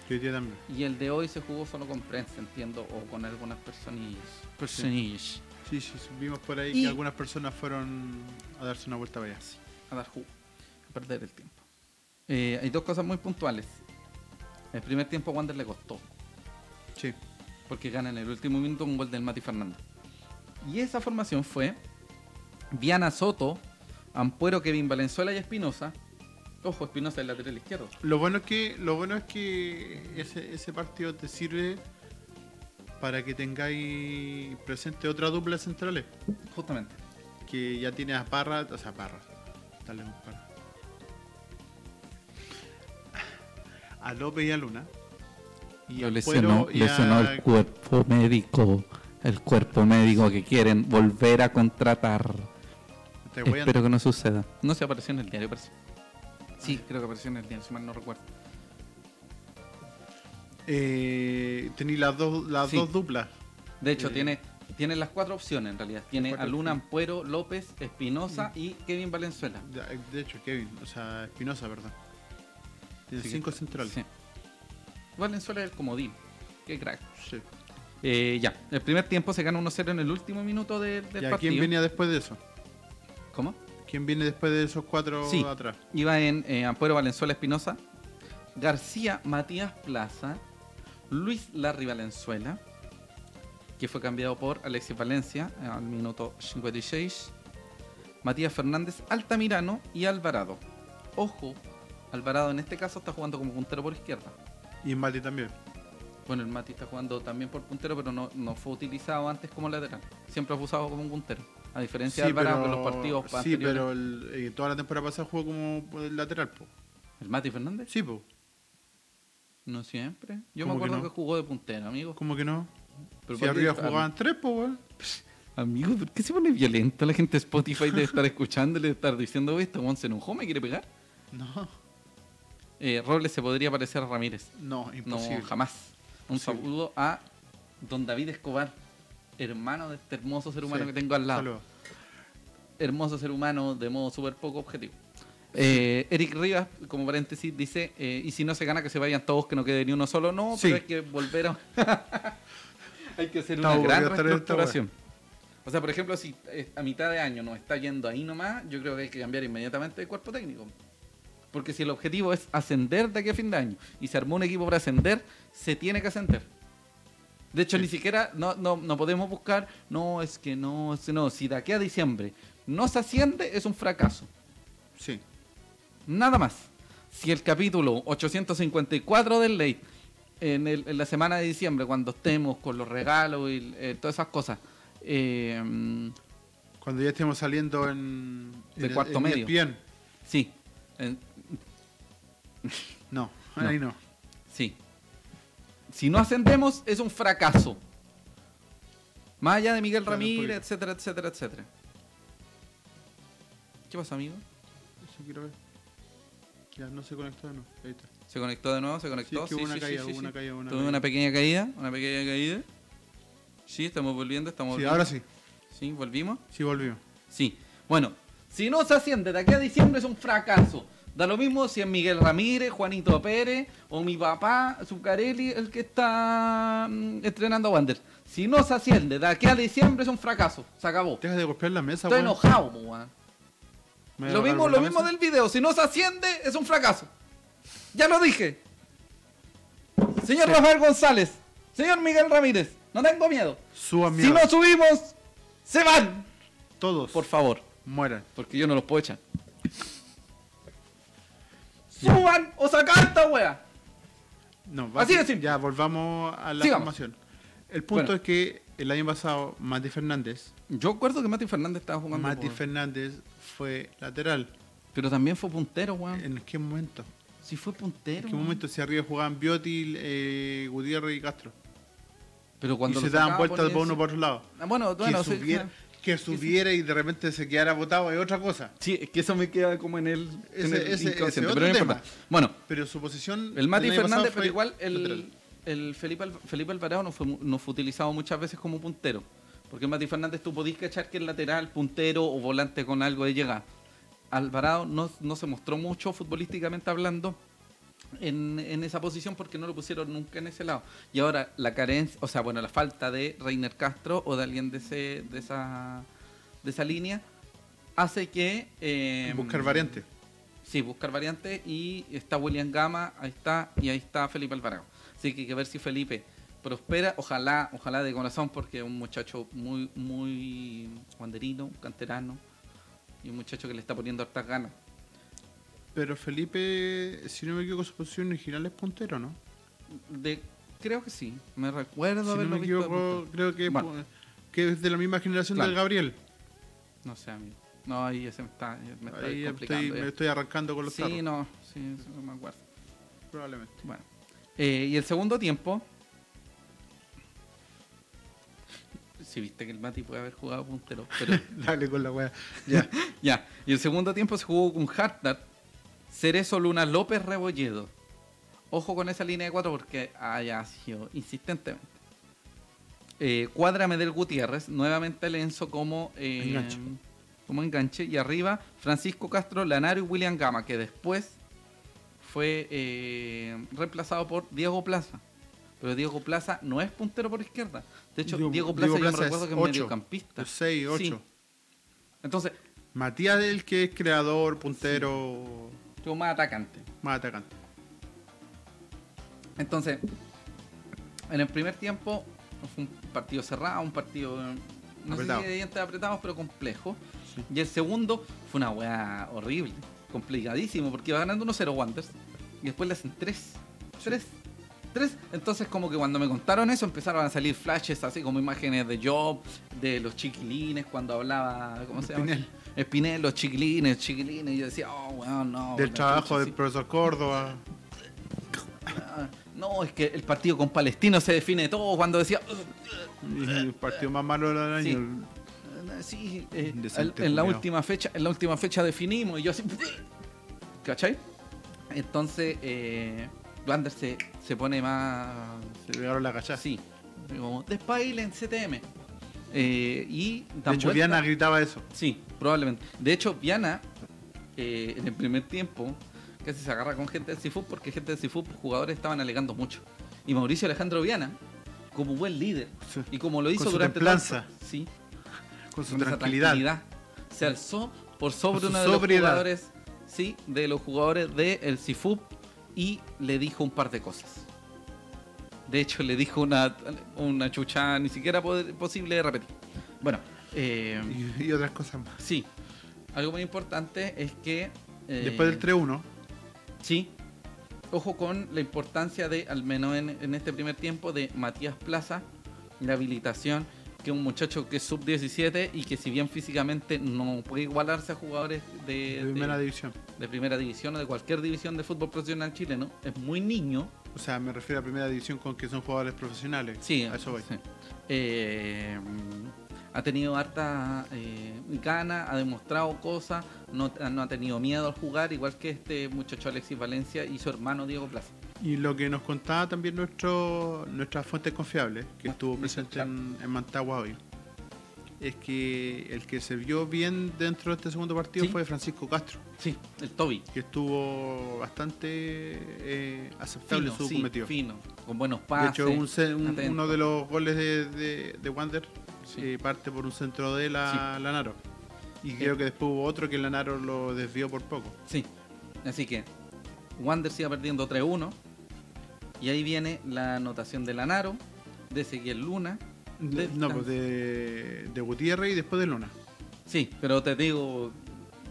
Que hoy día también.
y el de hoy se jugó solo con prensa, entiendo, o con algunas personillas. Personillas.
Sí, sí, vimos por ahí
Y-
que algunas personas fueron a darse una vuelta para allá.
a dar jugo, a perder el tiempo. Eh, hay dos cosas muy puntuales. El primer tiempo a Wander le costó,
Sí,
porque gana en el último minuto un gol del Mati Fernández. Y esa formación fue Viana Soto, Ampuero, Kevin Valenzuela y Espinosa. Ojo, Espinosa el lateral izquierdo.
Lo bueno es que, lo bueno es que ese, ese partido te sirve para que tengáis presente otra dupla de centrales.
Justamente.
Que ya tienes a Parra, o sea, Parra. Dale un Parra. A López y a Luna. Y a
lesionó,
Cuero y a-
lesionó el cuerpo médico, el cuerpo médico que quieren volver a contratar.
Te voy a-
Espero que no suceda.
No se apareció en el diario, parece. Sí, creo que apareció en el diario, si mal no recuerdo.
Eh, tení las dos, las
Sí.
dos duplas.
De hecho,
Eh.
tiene, tiene las cuatro opciones en realidad. Tiene a
Cuatro
Luna,
opciones. Mm.
Ampuero, López, Espinosa y Kevin Valenzuela.
De de hecho, Kevin, o sea, Espinosa, perdón. Tiene
Así que-
cinco centrales.
Sí. Valenzuela es el comodín. Qué crack.
Sí.
Eh, ya, el primer tiempo se gana 1-0 en el último minuto de- del
¿Y a
partido.
quién venía después de eso?
¿Cómo?
¿Quién viene después de esos cuatro
Sí.
atrás?
Iba en eh, Ampuero Valenzuela Espinosa, García Matías Plaza, Luis Larry Valenzuela, que fue cambiado por Alexis Valencia eh, al minuto 56, Matías Fernández Altamirano y Alvarado. Ojo, Alvarado en este caso está jugando como puntero por izquierda.
Y Mati también.
Bueno, el Mati está jugando también por puntero, pero no, no fue utilizado antes como lateral. Siempre fue usado como un puntero. A diferencia de Alvarado con los partidos
sí,
anteriores.
pero el- eh, toda la temporada pasada jugó como pues, el lateral, po.
¿El Mati Fernández?
Sí, po.
No siempre. Yo me
¿Cómo que
acuerdo que,
no?
jugó de puntero, amigo.
¿Cómo que no?
Pero ah,
si
¿por qué-
arriba
am-
jugaban tres, po, weón.
Amigo, ¿por qué se pone violento? La gente de Spotify debe estar escuchándole, debe estar diciendo, "Oye, este Juan se enojó, me quiere pegar.
No,
Eh, Robles se podría parecer a Ramírez.
no,
No,
imposible.
jamás. Un
Imposible.
saludo a don David Escobar, hermano de este hermoso ser humano
Sí,
que tengo al lado.
Saludos.
hermoso ser humano de modo súper poco objetivo. Eh, Eric Rivas, como paréntesis, dice, eh, y si no se gana que se vayan todos, que no quede ni uno solo, no,
Sí.
pero hay que volver a... hay que hacer una
Estamos
gran
volviendo a estar en esta
reestructuración. O sea, por ejemplo, si eh, a mitad de año nos está yendo ahí nomás, yo creo que hay que cambiar inmediatamente el cuerpo técnico. Porque si el objetivo es ascender de aquí a fin de año y se armó un equipo para ascender, se tiene que ascender. De hecho,
Sí.
ni siquiera no, no, no podemos buscar, no, es que no, es que no, si de aquí a diciembre no se asciende, es un fracaso.
Sí.
Nada más. Si el capítulo 854 del ley, en, el- en la semana de diciembre, cuando estemos con los regalos y eh, todas esas cosas, eh, mm,
Cuando ya estemos saliendo en.
De
en-
cuarto
en
medio.
ESPN.
sí, eh, en-
No,
No.
ahí no.
Sí. Si no ascendemos, es un fracaso. Más allá de Miguel
Claro,
Ramírez,
público.
etcétera, etcétera, etcétera. ¿Qué pasa, amigo?
Eso quiero ver. Ya no se conectó de nuevo. Ahí está.
¿Se conectó de nuevo? ¿Se
Sí,
conectó?
es que hubo una caída, hubo una caída, hubo una
Tuve
caída.
una pequeña caída, una pequeña caída. Sí, estamos volviendo, estamos
Sí,
volviendo.
ahora sí.
Sí, volvimos.
Sí, volvimos.
Sí. Bueno, si no se asciende de aquí a diciembre es un fracaso. Da lo mismo si es Miguel Ramírez, Juanito Pérez o mi papá, Zuccarelli, el que está mm, estrenando a Wander. Si no se asciende de aquí a diciembre es un fracaso. Se acabó.
Deja de golpear la mesa,
Estoy
weón.
enojado, po, weón.
Me voy a
Lo
agarrar
mismo,
por
lo
la
mismo
mesa.
del video. Si no se asciende es un fracaso. Ya lo dije. Señor Rafael González, señor Miguel Ramírez, no tengo miedo.
Suba
Si
mierda.
no subimos, se van.
Todos.
Por favor.
Mueran.
Porque yo no los puedo echar. ¡Suban o sacan esta wea!
No,
Así de simple.
Ya, volvamos a la
Sigamos.
formación. El punto
Bueno.
es que el año pasado, Mati Fernández,
Yo acuerdo que Mati Fernández estaba jugando.
Mati
por-
Fernández fue lateral.
Pero también fue puntero, weón.
¿En qué momento?
Si fue
¿En
puntero.
qué
weón.
momento si arriba jugaban Bioti, eh, Gutiérrez y Castro?
Pero cuando
y
lo
se daban
sacaba,
vueltas
ponía
por uno
ese-
por otro lado.
Ah, Bueno, bueno,
que,
sí,
subiera-
sí.
que subiera y de repente se quedara botado es otra cosa.
Sí, es que eso me queda como en el, en
Ese-
el
ese- ese
inconsciente,
otro
pero no
tema.
importa. Bueno,
Pero su posición.
el Mati
del año pasado
Fernández,
fue
pero igual el,
lateral.
el Felipe, Al- Felipe Alvarado no fue, mu- no fue utilizado muchas veces como puntero. Porque Mati Fernández tú podías cachar que es lateral, puntero o volante con algo de llegada. Alvarado no, no se mostró mucho futbolísticamente hablando en, en esa posición porque no lo pusieron nunca en ese lado. Y ahora la carencia, o sea, bueno, la falta de Reiner Castro o de alguien de, ese, de, esa, de esa línea hace que... eh,
Buscar variantes.
Sí, buscar variantes y está William Gama, ahí está, y ahí está Felipe Alvarado. Así que hay que ver si Felipe prospera, ojalá, ojalá de corazón, porque es un muchacho muy, muy banderino, un canterano, y un muchacho que le está poniendo hartas ganas.
Pero Felipe, si no me equivoco, su posición original es puntero, ¿no?
De, creo que sí, me recuerdo
si no
haberlo
me
visto de
equivoco,
punta.
creo que,
Bueno.
que es de la misma generación
Claro.
del Gabriel.
No sé, amigo. No, ahí ya se me está, ya me está
Ahí
complicando.
estoy,
ya.
me estoy arrancando con los
sí,
tarros,
no, sí, eso no me acuerdo.
probablemente.
Bueno. Eh, y el segundo tiempo. Si viste que el Mati puede haber jugado puntero. Pero
Dale con la wea. Ya.
ya. Y el segundo tiempo se jugó con Hartnett, Cerezo Luna López Rebolledo. Ojo con esa línea de cuatro porque haya sido insistentemente. Eh, cuadra Medel Gutiérrez, nuevamente Lenzo como, eh,
Enganche.
como enganche. Y arriba Francisco Castro, Lanaro y William Gama, que después fue eh, reemplazado por Diego Plaza. Pero Diego Plaza no es puntero por izquierda. De hecho, Diego,
Diego-
Plaza,
Diego
yo me
Plaza es
recuerdo que es
ocho,
mediocampista.
6, 8.
Sí. Entonces,
Matías el que es creador, puntero,
yo más atacante.
más atacante.
Entonces, en el primer tiempo fue un partido cerrado, un partido eh, no
Apretado.
sé si de dientes apretados, pero complejo. Y el segundo fue una weá horrible, complicadísimo, porque iba ganando 1-0 Wanders y después le hacen 3. 3. 3. Entonces, como que cuando me contaron eso, empezaron a salir flashes así como imágenes de Job, de los chiquilines, cuando hablaba, ¿cómo se llama?
Espinel.
Espinel, los chiquilines, chiquilines. Y yo decía, oh, weón, no.
Del
la
trabajo
chucha,
del
sí.
profesor Córdoba.
Ah, No, es que el partido con Palestino se define todo cuando decía, "Ugh,
Y el partido más malo del año.
Sí.
el-
eh, sí, eh,
Indecente,
en la
culiao.
última fecha, en la última fecha definimos y yo así, ¿cachai? Entonces, eh, Wander se, se pone más
Se pegaron la cachada.
así, como despailen CTM. Eh, y
De hecho, Viana gritaba eso.
Sí, probablemente. De hecho, Viana, eh, en el primer tiempo, casi se agarra con gente del Cifú porque gente del Cifú, jugadores estaban alegando mucho. Y Mauricio Alejandro Viana, como buen líder,
Sí.
y como lo hizo
su
durante.
templanza.
todo- Sí,
Con su
con esa
tranquilidad.
Se alzó por
Con
sobre
su
uno de los
sobriedad.
jugadores, sí, de los jugadores del el Cifup y le dijo un par de cosas. De hecho, le dijo una, una chucha ni siquiera poder- posible de repetir. Bueno, eh,
Y, y otras cosas más.
Sí. Algo muy importante es que. eh,
Después del 3-1,
Sí. Ojo con la importancia de, al menos en, en este primer tiempo, de Matías Plaza, la habilitación, que es un muchacho que es sub-17 y que, si bien físicamente no puede igualarse a jugadores de,
de
de-
primera división.
de primera división o de cualquier división de fútbol profesional chileno, es muy niño.
O sea, me refiero a primera división con que son jugadores profesionales.
Sí,
A eso voy.
sí. Eh, ha tenido harta eh, gana, ha demostrado cosas, no, no ha tenido miedo al jugar, igual que este muchacho Alexis Valencia y su hermano Diego Plaza.
Y lo que nos contaba también nuestro, nuestra fuente confiable, que
Ah,
estuvo
sí,
presente
claro.
en, en Mantagua hoy, es que el que se vio bien dentro de este segundo partido
Sí.
fue Francisco Castro,
Sí, el Toby.
que estuvo bastante eh, aceptable
Fino,
su
sí,
cometido.
fino, con buenos
De
pases.
hecho, un ce- un-
atento.
uno de los goles de, de, de Wander
Sí.
eh, parte por un centro de la, Lanaro. Y creo que después hubo otro que Lanaro lo desvió por poco.
Sí. Así que Wander sigue perdiendo 3-1. Y ahí viene la anotación de Lanaro, de Ezequiel Luna.
De-
de-
no, pues de, de Gutiérrez y después de Luna.
Sí, pero te digo,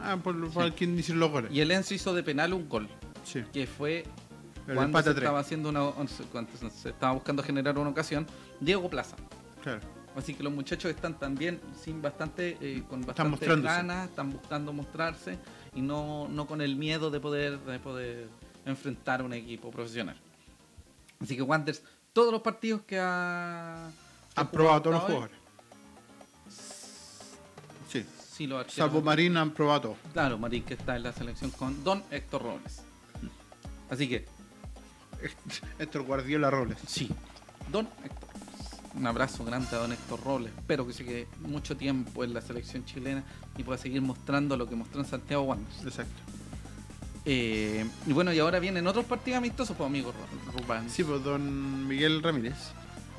Ah, por, por
Sí.
quien hicieron los goles.
y el Enzo hizo de penal un gol,
Sí.
que fue
El
cuando
empate
se
a tres.
estaba haciendo una cuando se estaba buscando generar una ocasión Diego Plaza
Claro.
así que los muchachos están también sin bastante eh, con
Están
bastante
mostrándose.
ganas están buscando mostrarse y no, no con el miedo de poder de poder enfrentar a un equipo profesional así que Wanderers todos los partidos que ha que ha
Han probado a
jugado
todos los
hasta hoy,
jugadores.
sí, los arqueros.
Salvo Marín han probado todo.
Claro, Marín que está en la selección con Don Héctor Robles. Así que,
Héctor Guardiola Robles.
sí, Don Héctor. Robles. Un abrazo grande a Don Héctor Robles. Espero que se quede mucho tiempo en la selección chilena y pueda seguir mostrando lo que mostró en Santiago Wanderers.
Exacto.
Eh, y bueno, y ahora vienen otros partidos amistosos, pues amigos Ru- Rubán.
Sí, pues don Miguel Ramírez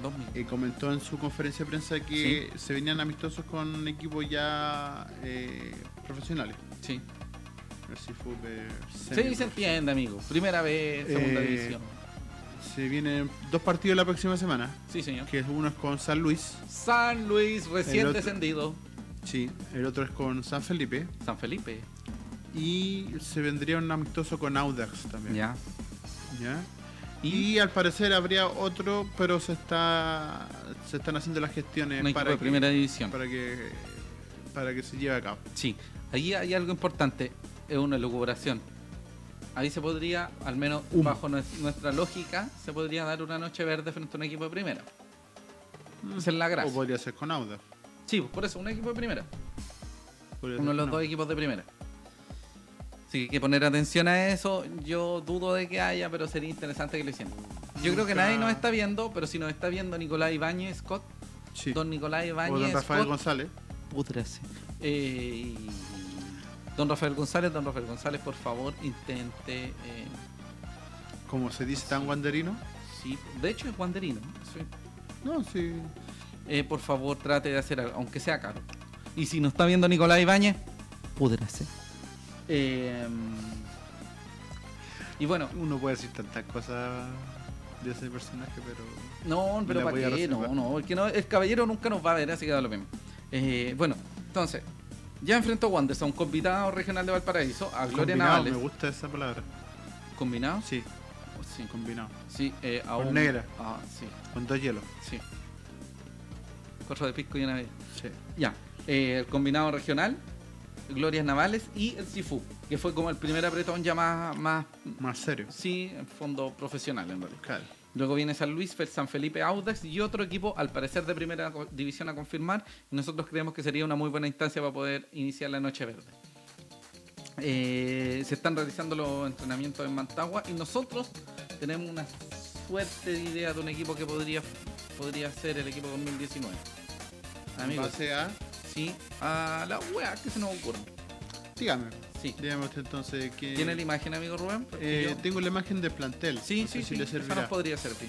Dos mil.
eh, comentó en su conferencia de prensa que se venían amistosos con equipos ya eh, profesionales.
Sí.
Así fue, eh,
Sí,
semi-
se entiende, amigo. Primera vez, segunda
Eh,
división.
Se vienen dos partidos la próxima semana,
Sí, señor.
que uno es con San Luis,
San Luis,
El
recién
otro-
descendido.
sí, el otro es con San Felipe
San Felipe.
y se vendría un amistoso con Audax también.
Ya.
¿ya? Y al parecer habría otro, pero se está se están haciendo las gestiones
Un equipo
Eh, para
de
que-
primera división.
para que para que se lleve a cabo.
Sí. Ahí hay algo importante. Es una lucubración. Ahí se podría, al menos
Humo.
bajo nues- nuestra lógica, se podría dar una noche verde frente a un equipo de primera. Esa es la
O
gracia.
podría ser con Audax.
Sí, pues, por eso, un equipo de primera.
podría ser
Uno de los
con
dos
Audax.
equipos de primera. Así que hay que poner atención a eso. Yo dudo de que haya, pero sería interesante que lo hicieran. Yo creo
Nunca-
que nadie nos está viendo, pero si nos está viendo Nicolás Ibáñez, Scott,
Sí.
don Nicolás
O
Ibáñez,
don Rafael
Scott,
González.
púdrase. Eh, y- don Rafael González, don Rafael González, por favor, intente. eh,
Como se dice tan guanderino.
sí, de hecho es guanderino. sí.
No, sí.
Eh, por favor, trate de hacer algo, aunque sea caro. Y si no está viendo Nicolás Ibáñez, púdrase. Eh, y bueno,
Uno puede decir tantas cosas de ese personaje, pero.
No, pero
la
¿para
voy a
qué? No,
reservar.
no, porque no, el caballero nunca nos va a ver, así que da lo mismo. Eh, bueno, entonces, ya enfrentó a Wanderers, a un convidado regional de Valparaíso, a Gloria
combinado,
Navales.
me gusta esa palabra.
¿Combinado?
Sí,
Sí,
combinado.
sí eh, a
Con
un...
negra.
Ah, sí,
Con dos hielos.
sí. Cuatro de pisco y una vez.
Sí.
Ya, eh, el combinado regional, Glorias Navales y el Sifu, que fue como el primer apretón ya más, más
Más serio.
sí, en fondo profesional en realidad.
Claro.
Luego viene San Luis, Fel- San Felipe, Audax y otro equipo, al parecer de primera co- división a confirmar. Y Nosotros creemos que sería una muy buena instancia para poder iniciar la Noche Verde. Eh, se están realizando los entrenamientos en Mantagua y nosotros tenemos una suerte de idea de un equipo que podría, podría ser el equipo 2019.
En
Amigos,
base a.
sí, a la wea que se nos ocurre.
Dígame.
Sí.
Dígame usted entonces que.
¿Tiene la imagen, amigo Rubén? Porque
Eh,
yo-
Tengo la imagen del plantel.
Sí,
No sé
sí,
si
sí,
le
esa nos
servirá.
podría servir.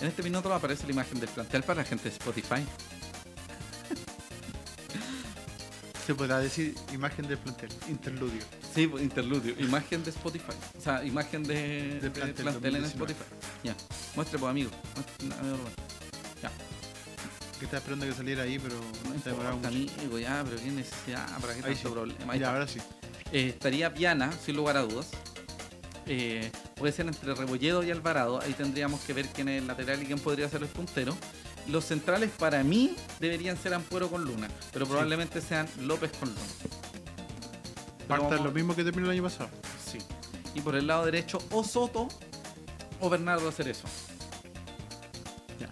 En este minuto aparece la imagen del plantel para la gente de Spotify.
Se podrá decir imagen del plantel. Interludio.
Sí, pues, interludio. Imagen de Spotify. O sea, imagen de, de plantel,
plantel
en
2019.
Spotify. Ya. Muestre, pues, amigo. Muestre, a ver, Rubén.
Que estaba esperando que saliera ahí, pero
No
se demoraba
importa,
mucho.
amigo, ya, pero qué necesidad, para qué
pues, Ahí
tanto
sí.
problema. Ahí
Mira,
está.
ahora sí.
Eh, estaría Viana, sin lugar a dudas. Eh, puede ser entre Rebolledo y Alvarado. Ahí tendríamos que ver quién es el lateral y quién podría ser el puntero. Los centrales para mí deberían ser Ampuero con Luna, pero probablemente sean López con Luna. Pero
Parta
vamos-
lo mismo que terminó el año pasado.
Sí. Y por el lado derecho, o Soto o Bernardo Cerezo.
Ya.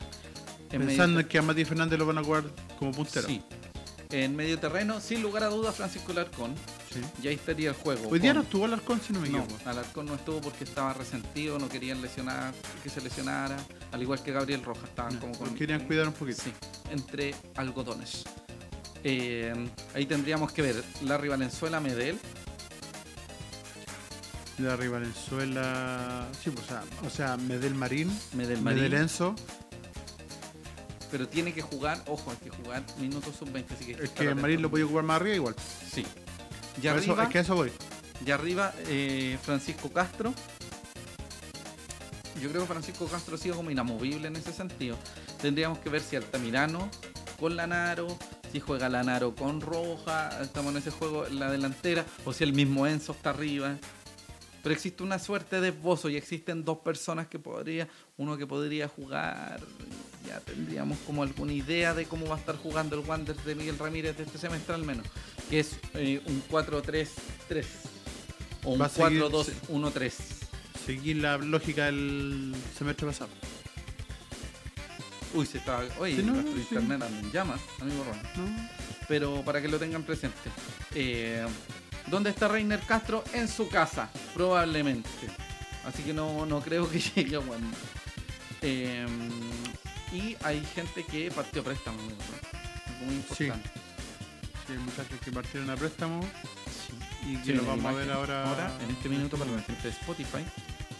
En medio
Pensando
ter-
en que a Mati Fernández lo van a jugar como puntero.
Sí. En medio terreno, sin lugar a dudas, Francisco Larcón.
Sí.
Y ahí estaría el juego.
Hoy día
con-
no estuvo Alarcón, si no me
No,
equivoco.
Alarcón no estuvo porque estaba resentido, no querían lesionar, que se lesionara, al igual que Gabriel Rojas, estaban
No,
como
lo
con...
pues querían cuidar un poquito.
Sí, entre algodones. Eh, ahí tendríamos que ver Larry Valenzuela, Medel,
La Valenzuela. Sí, pues, o sea, o sea Medel Marín.
Medel Marín,
Medel Enzo.
pero tiene que jugar, ojo, hay que jugar minutos sub-20, así que... hay
Es
estar
que
atento.
Marín lo podía jugar más arriba igual.
Sí. Y
Por eso-
arriba,
es que a eso voy.
y arriba eh, Francisco Castro. Yo creo que Francisco Castro ha sido como inamovible en ese sentido. Tendríamos que ver si Altamirano con Lanaro, si juega Lanaro con Roja, estamos en ese juego en la delantera, o si el mismo Enzo está arriba. Pero existe una suerte de esbozo y existen dos personas que podría, uno que podría jugar, ya tendríamos como alguna idea de cómo va a estar jugando el Wander de Miguel Ramírez de este semestre al menos, que es eh, un 4-3-3 o un
Va a seguir-
4-2-1-3.
Seguir la lógica del semestre pasado.
Uy, se estaba, oye,
Sí, no,
nuestro
sí.
internet anda en llamas, amigo Ron.
¿no?
pero para que lo tengan presente. Eh, ¿Dónde está Reiner Castro? En su casa, probablemente. Así que no, no creo que llegue a Wander. Eh, y hay gente que partió préstamo, amigo. Algo muy
Sí.
importante.
Sí, muchachos que partieron a préstamo y que
Sí,
lo
la
vamos a ver
imagen.
ahora.
Eh, en este minuto para la gente de Spotify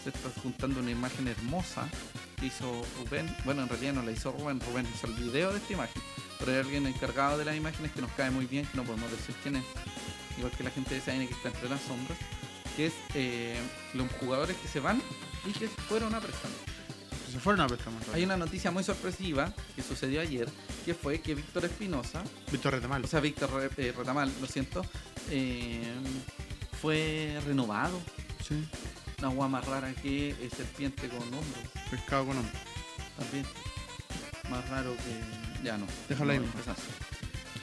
se está juntando una imagen hermosa que hizo Rubén. Bueno, en realidad no la hizo Rubén, Rubén hizo el video de esta imagen. Pero hay alguien encargado de las imágenes que nos cae muy bien, que no podemos decir quién es. Igual que la gente de SAN que está entre las sombras, que es eh, los jugadores que se van y que fueron a préstamo.
Se fueron a préstamo.
Hay una noticia muy sorpresiva que sucedió ayer, que fue que Víctor Espinosa,
Víctor Retamal.
o sea, Víctor Re- eh, Retamal, lo siento, eh, fue renovado
sí,
una agua más rara que eh, serpiente con hombro
pescado con
eh,
hombro.
también. Más raro que. Ya no.
Déjala ahí
No,
nomás.
empezás.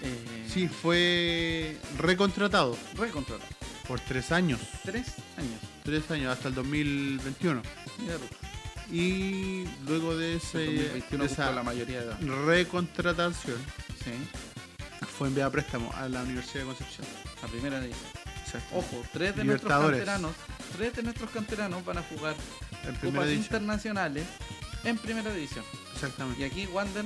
Eh,
Sí, fue recontratado
Recontratar.
por tres años.
Tres años.
Tres años, hasta el 2021.
Mira, Ruth,
Y luego de, ese,
el 2021
de
justo la
esa
mayoría de edad.
recontratación
Sí,
fue enviada a préstamo a la Universidad de Concepción.
la primera de ellas.
Exacto.
Ojo, tres de nuestros
Libertadores.
canteranos. Tres de nuestros canteranos van a jugar
en primera
copas
edición.
internacionales en primera división. Y
Exactamente.
aquí Wander.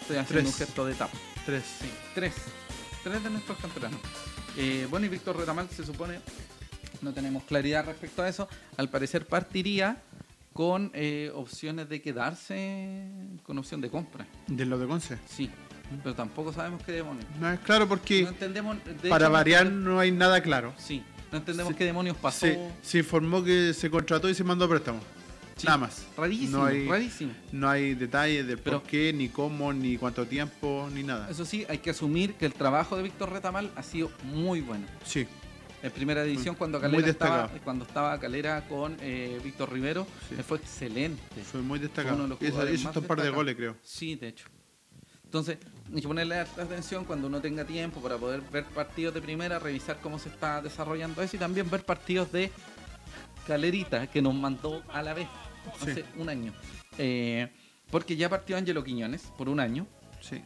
Estoy haciendo
Tres.
un gesto de tapa.
Tres.
Sí, tres. Tres de nuestros canteranos. Eh, bueno, y Víctor Retamal se supone, no tenemos claridad respecto a eso, al parecer partiría con eh, opciones de quedarse, con opción de compra.
De lo de Conce.
Sí, pero tampoco sabemos qué demonios.
No es claro porque
No entendemos... de
para
hecho, no
variar
entende-
no hay nada claro.
Sí, no entendemos
Sí.
qué demonios pasó.
Se, se informó que se contrató y se mandó a préstamo.
Sí.
Nada más.
Rarísimo,
No hay-
rarísimo.
No hay detalles del
Pero-
por qué, ni cómo, ni cuánto tiempo, ni nada.
Eso sí, hay que asumir que el trabajo de Víctor Retamal ha sido muy bueno.
Sí,
En primera edición, cuando
Mm, Muy
Calera estaba,
destacado.
cuando estaba Calera con eh, Víctor Rivero,
Sí.
le fue excelente.
fue muy
Uno
destacado.
de los
Hizo,
jugadores
hizo
más
hasta un par de
destacados.
goles, creo.
Sí, de hecho. Entonces, hay que ponerle harta atención cuando uno tenga tiempo para poder ver partidos de primera, revisar cómo se está desarrollando eso y también ver partidos de Calerita que nos mandó a la vez
Sí.
hace un año. Eh, porque ya partió Angelo Quiñones por un año
Sí,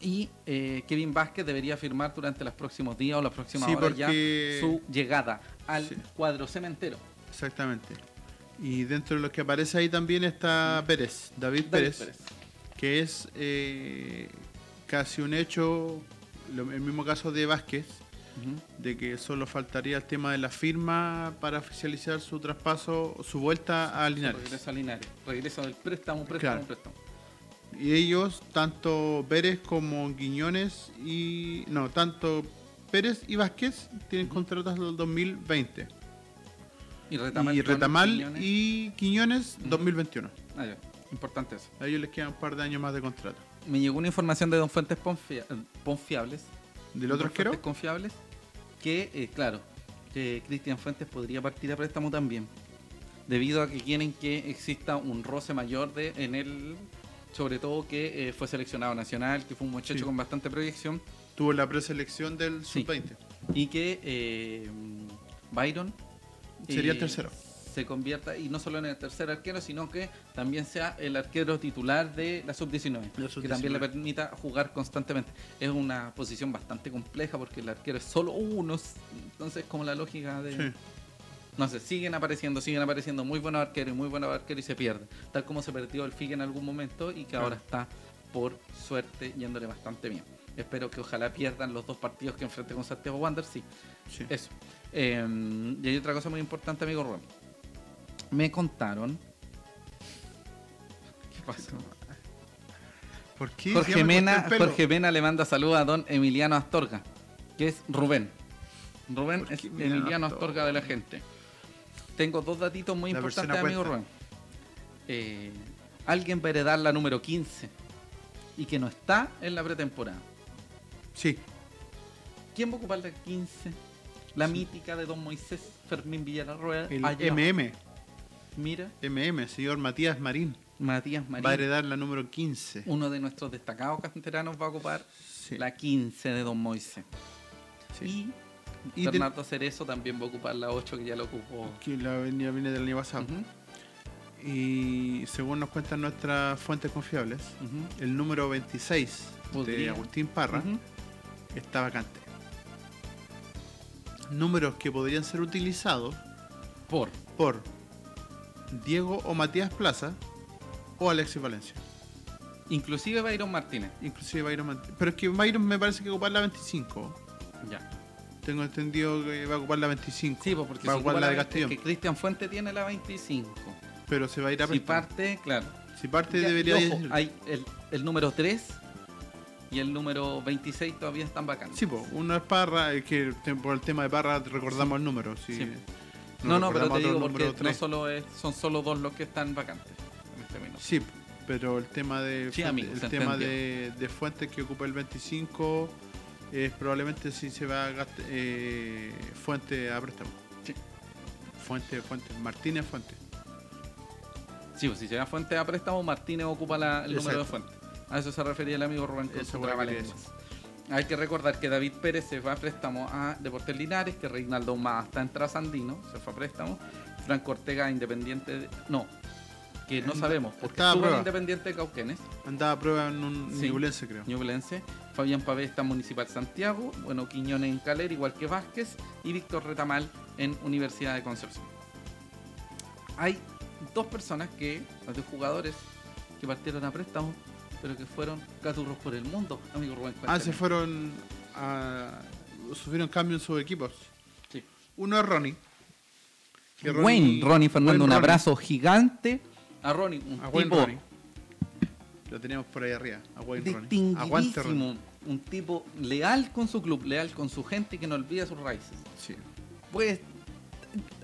y eh, Kevin Vázquez debería firmar durante los próximos días o las próximas
Sí,
horas
porque-
ya su llegada al
Sí.
cuadro cementero.
exactamente. Y dentro de los que aparece ahí también está Pérez, David,
David
Pérez,
Pérez.
que es eh, casi un hecho, lo- el mismo caso de Vázquez,
Ujú.
de que solo faltaría el tema de la firma para oficializar su traspaso, su vuelta a Linares.
Regreso a Linares. Regreso del préstamo, préstamo,
Claro.
préstamo.
Y ellos, tanto Pérez como Guiñones y. No, tanto Pérez y Vázquez tienen contratos hasta el 2020.
Y Retamal.
y
con
Retamal
Quiñones.
y Quiñones
Ujú.
2021.
Ah, ya. Importante eso.
A ellos les quedan un par de años más de contrato.
Me llegó una información de Don Fuentes Ponfia- eh, Ponfiables.
¿Del otro
Don Fuentes
arquero?
Confiables. Que, eh, claro, que Cristian Fuentes podría partir a préstamo también. Debido a que quieren que exista un roce mayor de, en él. Sobre todo que eh, fue seleccionado nacional, que fue un muchacho
Sí.
con bastante proyección.
Tuvo la preselección del
Sí.
sub-20.
y que eh, Byron
Sería el tercero.
Se convierta, y no solo en el tercer arquero, sino que también sea el arquero titular de la sub-19,
La
que también
sub-19.
le permita jugar constantemente. Es una posición bastante compleja porque el arquero es solo uno, s- entonces como la lógica de...
Sí.
No sé, siguen apareciendo, siguen apareciendo muy buenos arqueros y muy buenos arqueros y se pierden. Tal como se perdió el FIG en algún momento y que ahora está, por suerte, yéndole bastante bien. Espero que ojalá pierdan los dos partidos que enfrente con Santiago Wander, sí.
sí.
Eso. Eh, y hay otra cosa muy importante, amigo Rubén. Me contaron. ¿Qué pasó?
¿Por qué? Ya
Jorge,
me
Mena,
corté el pelo.
Jorge Mena le manda saludos a don Emiliano Astorga, que es Rubén. Rubén
Jorge
es
Emiliano
Emiliano Astorga
Astorga.
de la gente. Tengo dos datitos muy
La versión
importantes, amigo
apuesta.
Rubén. Eh, alguien va a heredar la número 15 y que no está en la pretemporada.
Sí,
¿Quién va a ocupar la 15? La mítica de don Moisés Fermín Villarroel.
el
allá.
MM.
Mira,
MM, señor Matías Marín.
Matías Marín,
Va a heredar la número 15.
uno de nuestros destacados canteranos, va a ocupar
Sí,
la 15 de Don Moise.
sí.
Y,
Y de-
Bernardo Cerezo también va a ocupar la 8 que ya la ocupó.
Que la venía, viene del año pasado.
Ujú.
Y según nos cuentan nuestras fuentes confiables,
Ujú.
el número 26 de
Podría.
Agustín Parra
Ujú.
está vacante. Números que podrían ser utilizados
Por.
por Diego o Matías Plaza o Alexis Valencia.
Inclusive Byron Martínez.
Inclusive Byron. Mant- Pero es que Byron me parece que ocupar la 25.
Ya.
Tengo entendido que va a ocupar la 25.
Sí, pues porque
va a
si
ocupar
ocupa
la de
la-
Castellón.
que Cristian Fuente tiene la 25.
Pero se va a ir a
Si
préstamo.
parte, claro.
Si parte
Ya, y
debería
ojo,
ir.
hay el, el número 3 y el número 26 todavía están vacantes.
Sí, pues, uno es Parra, es que te- por el tema de Parra recordamos el número. sí.
Sí. no, no, pero
recordamos
te
otro
digo
número
porque no
tres.
solo es- son solo dos los que están vacantes en este minuto.
Sí, pero el tema de
Sí, amigo,
el
se
tema de, de Fuentes que ocupa el 25 es probablemente si se va a gast- eh, Fuente a préstamo.
Sí.
Fuente, Fuente, Martínez Fuente.
Sí, pues si llega Fuente a préstamo, Martínez ocupa la- el número de
Exacto.
Fuente. A eso se refería el amigo Rubén con
Eso
su
fue lo que
trabalenguas.
quería
Hay que recordar que David Pérez se va a préstamo a Deportes Linares, que Reinaldo Más está en Trasandino, se fue a préstamo. Franco Ortega a Independiente. de- no, que no
Anda-
sabemos, porque
estaba a
estuvo en
prueba.
Independiente de Cauquenes.
Andaba a prueba en un
Sí.
Ñublense, creo.
Ñublense, Fabián Pavé está en Municipal Santiago, bueno, Quiñones en Caler, igual que Vázquez, y Víctor Retamal en Universidad de Concepción. Hay dos personas que, dos jugadores, que partieron a préstamo, pero que fueron caturros por el mundo, amigo Rubén.
Ah,
cuéntame.
se fueron a. sufrieron cambio en sus equipos.
Sí.
Uno es Ronnie. que
Wayne, Ronnie Fernando,
Wayne
un
Rooney.
abrazo gigante.
A Ronnie, un
A Wayne
tipo
Rooney. Lo teníamos por ahí arriba. A Wayne Ronnie. Aguante Ronnie.
distinguidísimo, un tipo leal con su club, leal con su gente, que no olvida sus raíces.
Sí.
pues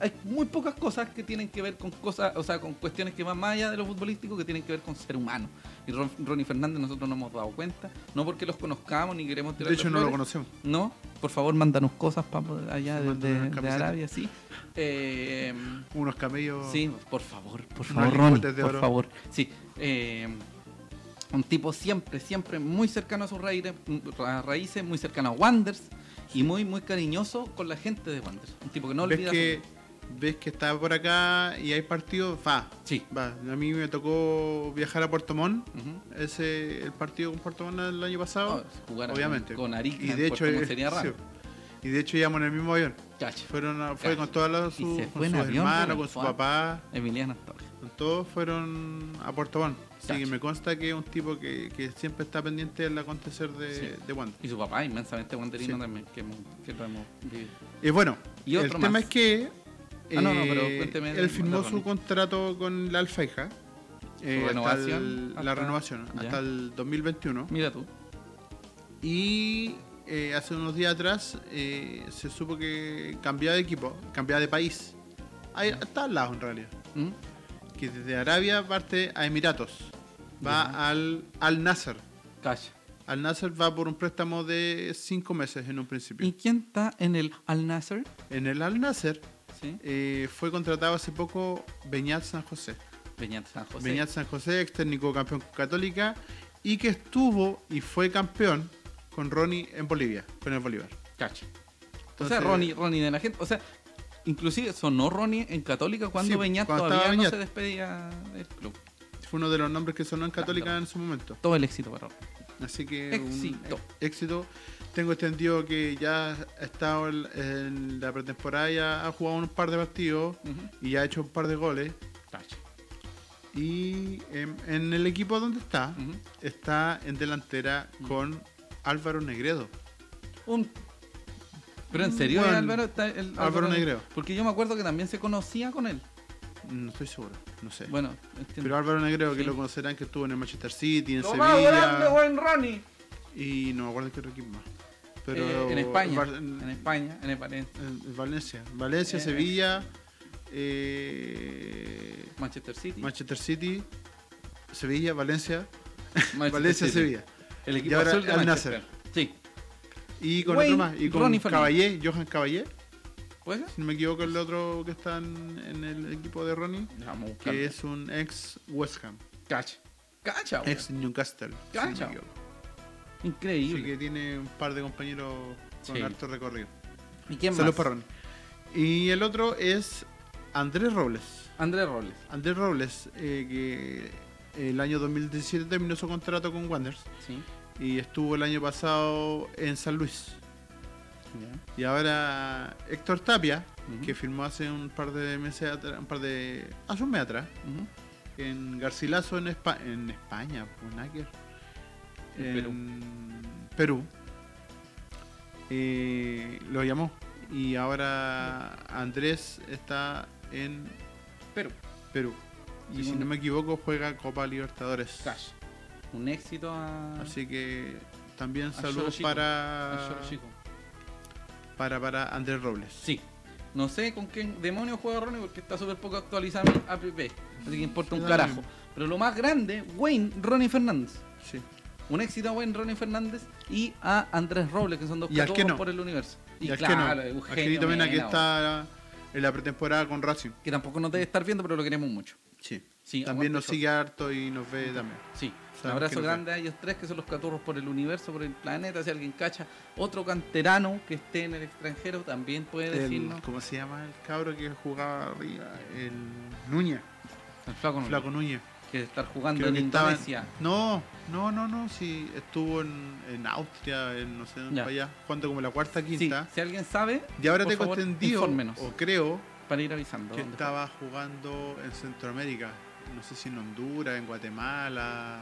hay muy pocas cosas que tienen que ver con cosas, o sea, con cuestiones que van más allá de lo futbolístico, que tienen que ver con ser humano. Y Ron- Ronnie Fernández nosotros no hemos dado cuenta, no porque los conozcamos ni queremos tirar
De hecho, no lo conocemos.
No, por favor, mándanos cosas para allá de,
Mándanos
de-
unas
de
camisetas.
Arabia, sí. Eh,
Unos camellos.
sí, por favor, por
Unos
Por favor,
favor.
Ronnie,
lingotes de
por
oro.
favor.
Sí, eh, un tipo siempre, siempre muy cercano a sus raíces, ra- raíces, muy cercano a Wanders y muy, muy cariñoso con la gente de Wanders. Un tipo que no
ves
olvida.
que ves que está por acá y hay partido, va,
Sí. Mm.
va. A mí me tocó viajar a Puerto Montt,
Ujú.
ese el partido con Puerto Montt el año
No,
pasado,
Ah, jugar
obviamente.
con Arica
y
en
de hecho
Puerto Montt
eh,
sería raro.
sí. y de hecho íbamos en el mismo avión.
Chacho,
Fueron a- fue
Cacho.
con todas las
Y
su,
se
con
fue en
sus
avión,
hermanos,
weón.
con su
Fua.
papá,
Emiliana Torres.
con todos fueron a Puerto Montt. Así que
Cacho.
me consta que es un tipo que, que siempre está pendiente del acontecer de,
Sí.
de Wanda.
Y su papá, inmensamente guanderino
Sí.
también, que, hemos- que lo hemos vivido.
Y bueno,
Y
el
otro
tema
más.
es que
Ah, no, no,
eh,
pero cuénteme
él
del
firmó
Macaroni.
su contrato con la Alfeja. eh, hasta
renovación
el- la
hasta-
renovación
ya.
hasta el 2021
Mira tú.
y eh, hace unos días atrás eh, se supo que cambiaba de equipo cambiaba de país Ahí está al lado en realidad
¿Mm?
que desde Arabia parte a Emiratos va
Ya.
al al Nasser
Cacha.
al Nasser va por un préstamo de 5 meses en un principio
¿Y quién está en el Al Nasser?
en el Al Nasser
Sí.
eh, fue contratado hace poco Beñat San José
Beñat San José.
Beñat San José, ex técnico campeón con Católica, y que estuvo y fue campeón con Ronnie en Bolivia, con el Bolívar.
Cacha. o sea,
Entonces-
Ronnie, Ronnie de la gente. O sea, inclusive sonó Ronnie en Católica cuando
Sí,
Beñat
cuando
todavía
estaba
no
Beñat.
se despedía del club.
Fue uno de los nombres que sonó en Católica
Claro.
en su momento.
Todo el éxito para Ronnie.
Así que un
Éxito.
e- éxito. Tengo entendido que ya ha estado en- en la pretemporada, ya ha jugado un par de partidos
Ujú.
y ya ha hecho un par de goles.
Cacha.
Y em, en el equipo donde está,
Ujú.
está en delantera
Ujú.
con Álvaro Negredo.
Un- Pero en serio,
Bueno,
Álvaro, está el-
Álvaro Negreo.
Porque yo me acuerdo que también se conocía con él.
No estoy seguro, no sé.
Bueno, entiendo.
Pero Álvaro Negredo, que
Sí.
lo conocerán, que estuvo en el Manchester City, en
Lo más grande,
Sevilla.
buen Ronnie.
Y no me acuerdo qué otro equipo más.
Eh,
Pero
en España,
Val-
en
en,
España, en Valencia,
en Valencia. Valencia,
Eh,
Sevilla, eh,
Manchester City.
Manchester City, Sevilla, Valencia.
Manchester
Valencia,
City.
Sevilla.
El
Y
equipo
ahora
azul de
Al
Manchester. Sí,
Y con
Wayne
otro más. Y con
Rooney Fernández.
Caballé, Johan Caballé.
¿puede ser?
Si no me equivoco, el otro que está en, en el equipo de Ronnie.
Vamos a buscar.
Que es un ex West Ham,
Cacha. Cacha, weón.
ex Newcastle. si no me
Cacha.
equivoco. Así
Ah, Increíble.
que tiene un par de compañeros con
Sí.
harto recorrido.
¿Y quién más?
Saludos, Parrón. Y el otro es Andrés Robles.
Andrés Robles.
Andrés Robles, eh, que el año 2017 terminó su contrato con Wanderers
Sí.
y estuvo el año pasado en San Luis.
Ya.
Y ahora Héctor Tapia,
Ujú.
que firmó hace un par de meses atrás, un par de. hace un mes atrás,
Ujú.
en Garcilaso en, Espa- en España, pues nada que ver.
En
en Perú. Eh, lo llamó. Y ahora Andrés está en
Pero,
Perú. Y
Sí,
si
bueno.
no me equivoco, juega Copa Libertadores.
Cash. Un éxito a.
Así que también
Al
saludos
Cholo Chico.
para,
al Cholo Chico.
para para Andrés Robles.
Sí. No sé con qué demonio juega Ronnie porque está súper poco actualizado mi app. Así que importa un
Sí, da lo
carajo.
mismo.
Pero lo más grande, Wayne Ronnie Fernández.
Sí.
Un éxito a Wayne Ronnie Fernández y a Andrés Robles, que son dos
Y al que
cachorros
no.
por el universo.
Y, al
claro,
que no.
Eugenio
Angelito Mena que
Mena,
está en la pretemporada con Racing.
que tampoco nos debe estar viendo, pero lo queremos mucho.
Sí.
Sí,
también
aguante,
nos
Cholo.
sigue harto y nos ve también.
Sí, un
Sabemos que
abrazo
nos
grande a ellos tres que son los caturros por el universo, por el planeta. Si alguien cacha otro canterano que esté en el extranjero, también puede
El-
decirnos.
¿Cómo se llama el cabro que jugaba arriba? El Núñez,
El flaco, Núñez,
Flaco Núñez.
que debe estar jugando
Creo
en
que estaba en-
Indonesia.
No, no, no, no. Sí, estuvo en, en Austria, en no sé dónde
Ya.
para allá, jugando como la cuarta,
Sí,
quinta.
si alguien sabe,
Y ahora
por
tengo
favor,
entendido,
infórmenos.
o creo,
para ir avisando.
que
dónde
estaba jugando en Centroamérica. No sé si en Honduras, en Guatemala,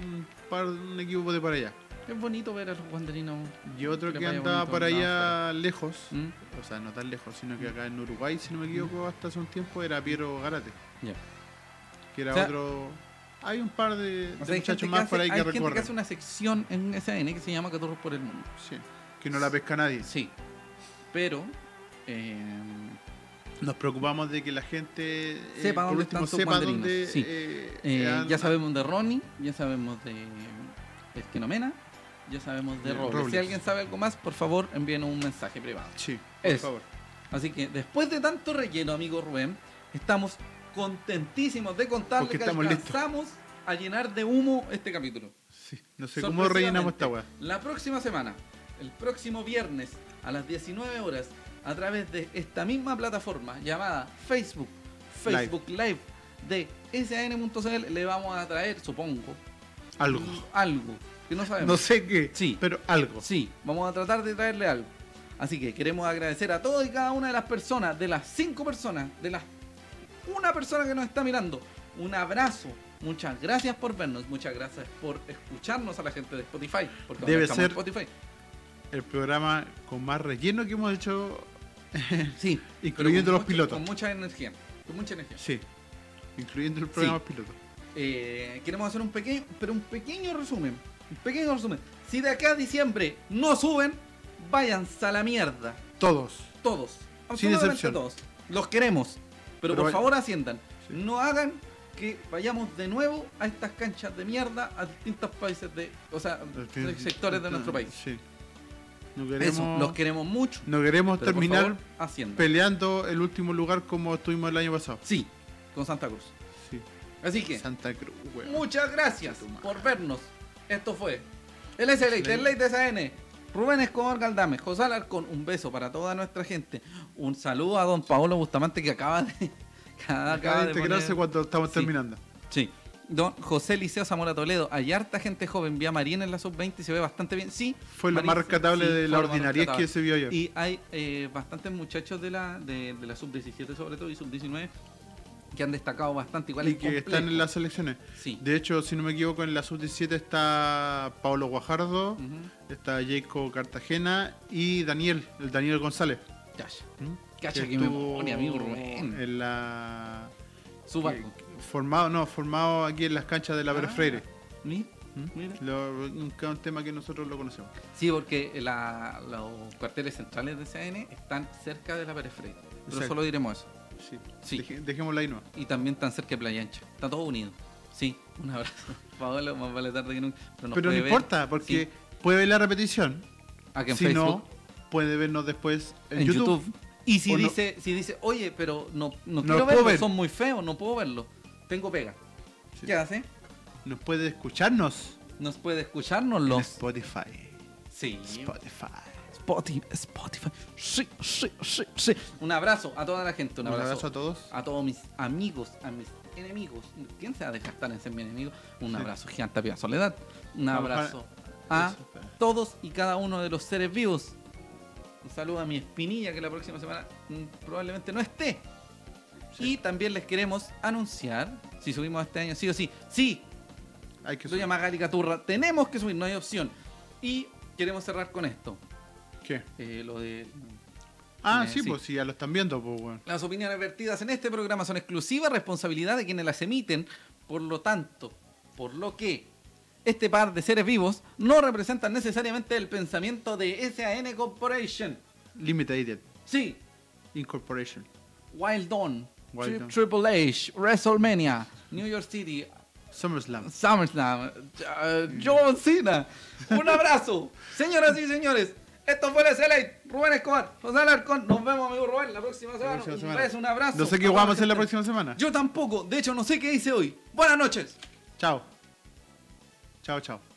en un, par, un equipo de para allá.
fue. Es bonito ver a los guanderinos.
Y otro
Que
que,
le vaya
andaba
bonito,
por
andaba
allá lejos,
¿Mm?
o sea, no tan lejos, sino que acá en Uruguay, si no me equivoco, hasta hace un tiempo era Piero Garate,
Ya.
que era
O sea,
otro... Hay un par de,
O
de
sea, hay gente
muchachos
que
más
hace-
por ahí
hay
que
gente que
recorren.
hace una sección en SN que se llama Caturros por el Mundo.
Sí, que no la pesca nadie.
Sí, pero eh,
Nos preocupamos de que la gente, eh,
Sepa
por
dónde
último,
están sus
sepa
banderinos,
dónde...
sí.
eh,
eh,
han-
ya sabemos de Ronnie, ya sabemos de Esquinomena, ya sabemos de
De
Robles.
Robles.
Si alguien sabe algo más, por favor envíenos un mensaje privado.
Sí, por
Eso.
favor.
Así que después de tanto relleno, amigo Rubén, estamos contentísimos de contarle
Porque
que
estamos listos.
alcanzamos a llenar de humo este capítulo.
Sí, No sé cómo rellenamos esta weá.
La próxima semana, el próximo viernes a las 19 horas, a través de esta misma plataforma llamada Facebook, Facebook Live, de san.cl, le vamos a traer, supongo,
Algo.
algo que no sabemos.
No sé qué,
Sí.
pero algo.
Sí, vamos a tratar de traerle algo. Así que queremos agradecer a todas y cada una de las personas, de las cinco personas, de las una persona que nos está mirando. Un abrazo. Muchas gracias por vernos, muchas gracias por escucharnos a la gente de Spotify. Porque ahora
Debe
estamos en
ser-
Spotify.
El programa con más relleno que hemos hecho,
Sí,
Incluyendo
pero con
los
mucho-
pilotos.
Con mucha energía, con mucha energía.
sí, incluyendo el programa piloto.
Eh, queremos hacer un pequeño, pero un pequeño resumen. Un pequeño resumen. Si de acá a diciembre no suben, váyanse a la mierda.
Todos.
Todos.
Sin
absolutamente
excepción.
Todos. Los queremos. Pero,
Pero
por
vaya-
favor asientan.
Sí.
No hagan que vayamos de nuevo a estas canchas de mierda a distintos países de. O sea, de sectores de nuestro país.
Sí. No queremos,
Eso, los queremos mucho.
no queremos
pero por
terminar
favor, haciendan.
peleando el último lugar como estuvimos el año pasado.
Sí, con Santa Cruz.
Sí.
Así que.
Santa Cruz, weón.
Muchas gracias
Che tu madre.
por vernos. Esto fue el SLA, el Ley de SN. Rubén Escobar Galdames, José Alarcón, un beso para toda nuestra gente. Un saludo a don Paolo Bustamante que acaba de. que acaba
Acaba de
de
integrarse
poner-
cuando estamos
Sí.
terminando.
Sí. Don José Liceo Zamora Toledo, hay harta gente joven. Vi a Marina en la sub-20 y se ve bastante bien. Sí.
Fue lo
Marín-
más rescatable
sí,
de
fue
la
lo más
ordinariedad
rescatable.
que se vio ayer.
Y hay eh, bastantes muchachos de la, de, de la sub-17 sobre todo y sub-19 que han destacado bastante. Igual
Y
es
que están
complejo.
en las selecciones.
Sí.
De hecho, si no me equivoco, en la sub-17 está Pablo Guajardo,
Ujú.
está Jaco Cartagena y Daniel, el Daniel González.
Cacha.
¿Mm?
Cacha que me
estuvo
pone, amigo Rubén.
En la...
Su barco.
eh, que- que- formado, no, formado aquí en las canchas de la Pérez
Ah.
Freire.
Mi-
¿Mm?
mira.
Lo- un, un tema que nosotros lo conocemos.
Sí, porque la- los cuarteles centrales de CN están cerca de la periferia. Pero
Exacto.
solo diremos eso.
Sí.
Sí.
Deje- dejémoslo ahí no.
Y también están cerca de Playa Ancha. Está todo unido. Sí, un abrazo. Paolo, más vale tarde que nunca. Pero, nos
Pero no
puede ver.
importa, porque
Sí,
puede ver la repetición.
acá en
si
Facebook,
no, puede vernos después en,
en YouTube. Y si
O no-
dice, si dice, oye, pero no, no
No
quiero
lo puedo
verlo,
ver".
son muy feos, no puedo verlo. Tengo pega.
Sí.
¿Qué hace?
Nos puede escucharnos
Nos puede
en
escuchárnoslo.
Spotify.
Sí.
Spotify.
Spotify, Spotify. Sí, sí, sí, sí. Un abrazo a toda la gente, un
Un
abrazo, Ah,
abrazo a todos.
a todos mis amigos, a mis enemigos. ¿Quién se va a dejar estar en ser mi enemigo? Un abrazo gigante a Piedad Soledad. Un
Vamos
abrazo
para-
a todos y cada uno de los seres vivos. Un saludo a mi espinilla que la próxima semana mm, probablemente no esté. Y también les queremos anunciar, si subimos este año, sí o sí, sí,
Hay que
doña Magali Caturra, tenemos que subir, no hay opción. Y queremos cerrar con esto,
¿Qué?
eh, lo de
Ah,
Eh,
sí,
sí.
pues sí, ya lo están viendo, pues, weón.
Las opiniones vertidas en este programa son exclusiva responsabilidad de quienes las emiten, por lo tanto, por lo que este par de seres vivos no representan necesariamente el pensamiento de SAN Corporation.
Limited
Sí,
Incorporation.
Wild Dawn,
Wild
Tri-
Dawn.
Triple H, WrestleMania, New York City,
SummerSlam.
SummerSlam, eh, John Cena. Un abrazo, señoras y señores. Esto fue el SLA, Rubén Escobar, José Alarcón. Nos vemos, amigo Rubén, la próxima semana.
próxima
un
semana.
beso, un abrazo.
No sé qué
A toda
vamos a hacer la
gente.
próxima semana.
Yo tampoco, de hecho no sé qué hice hoy. Buenas noches.
Chao. Chao, chao.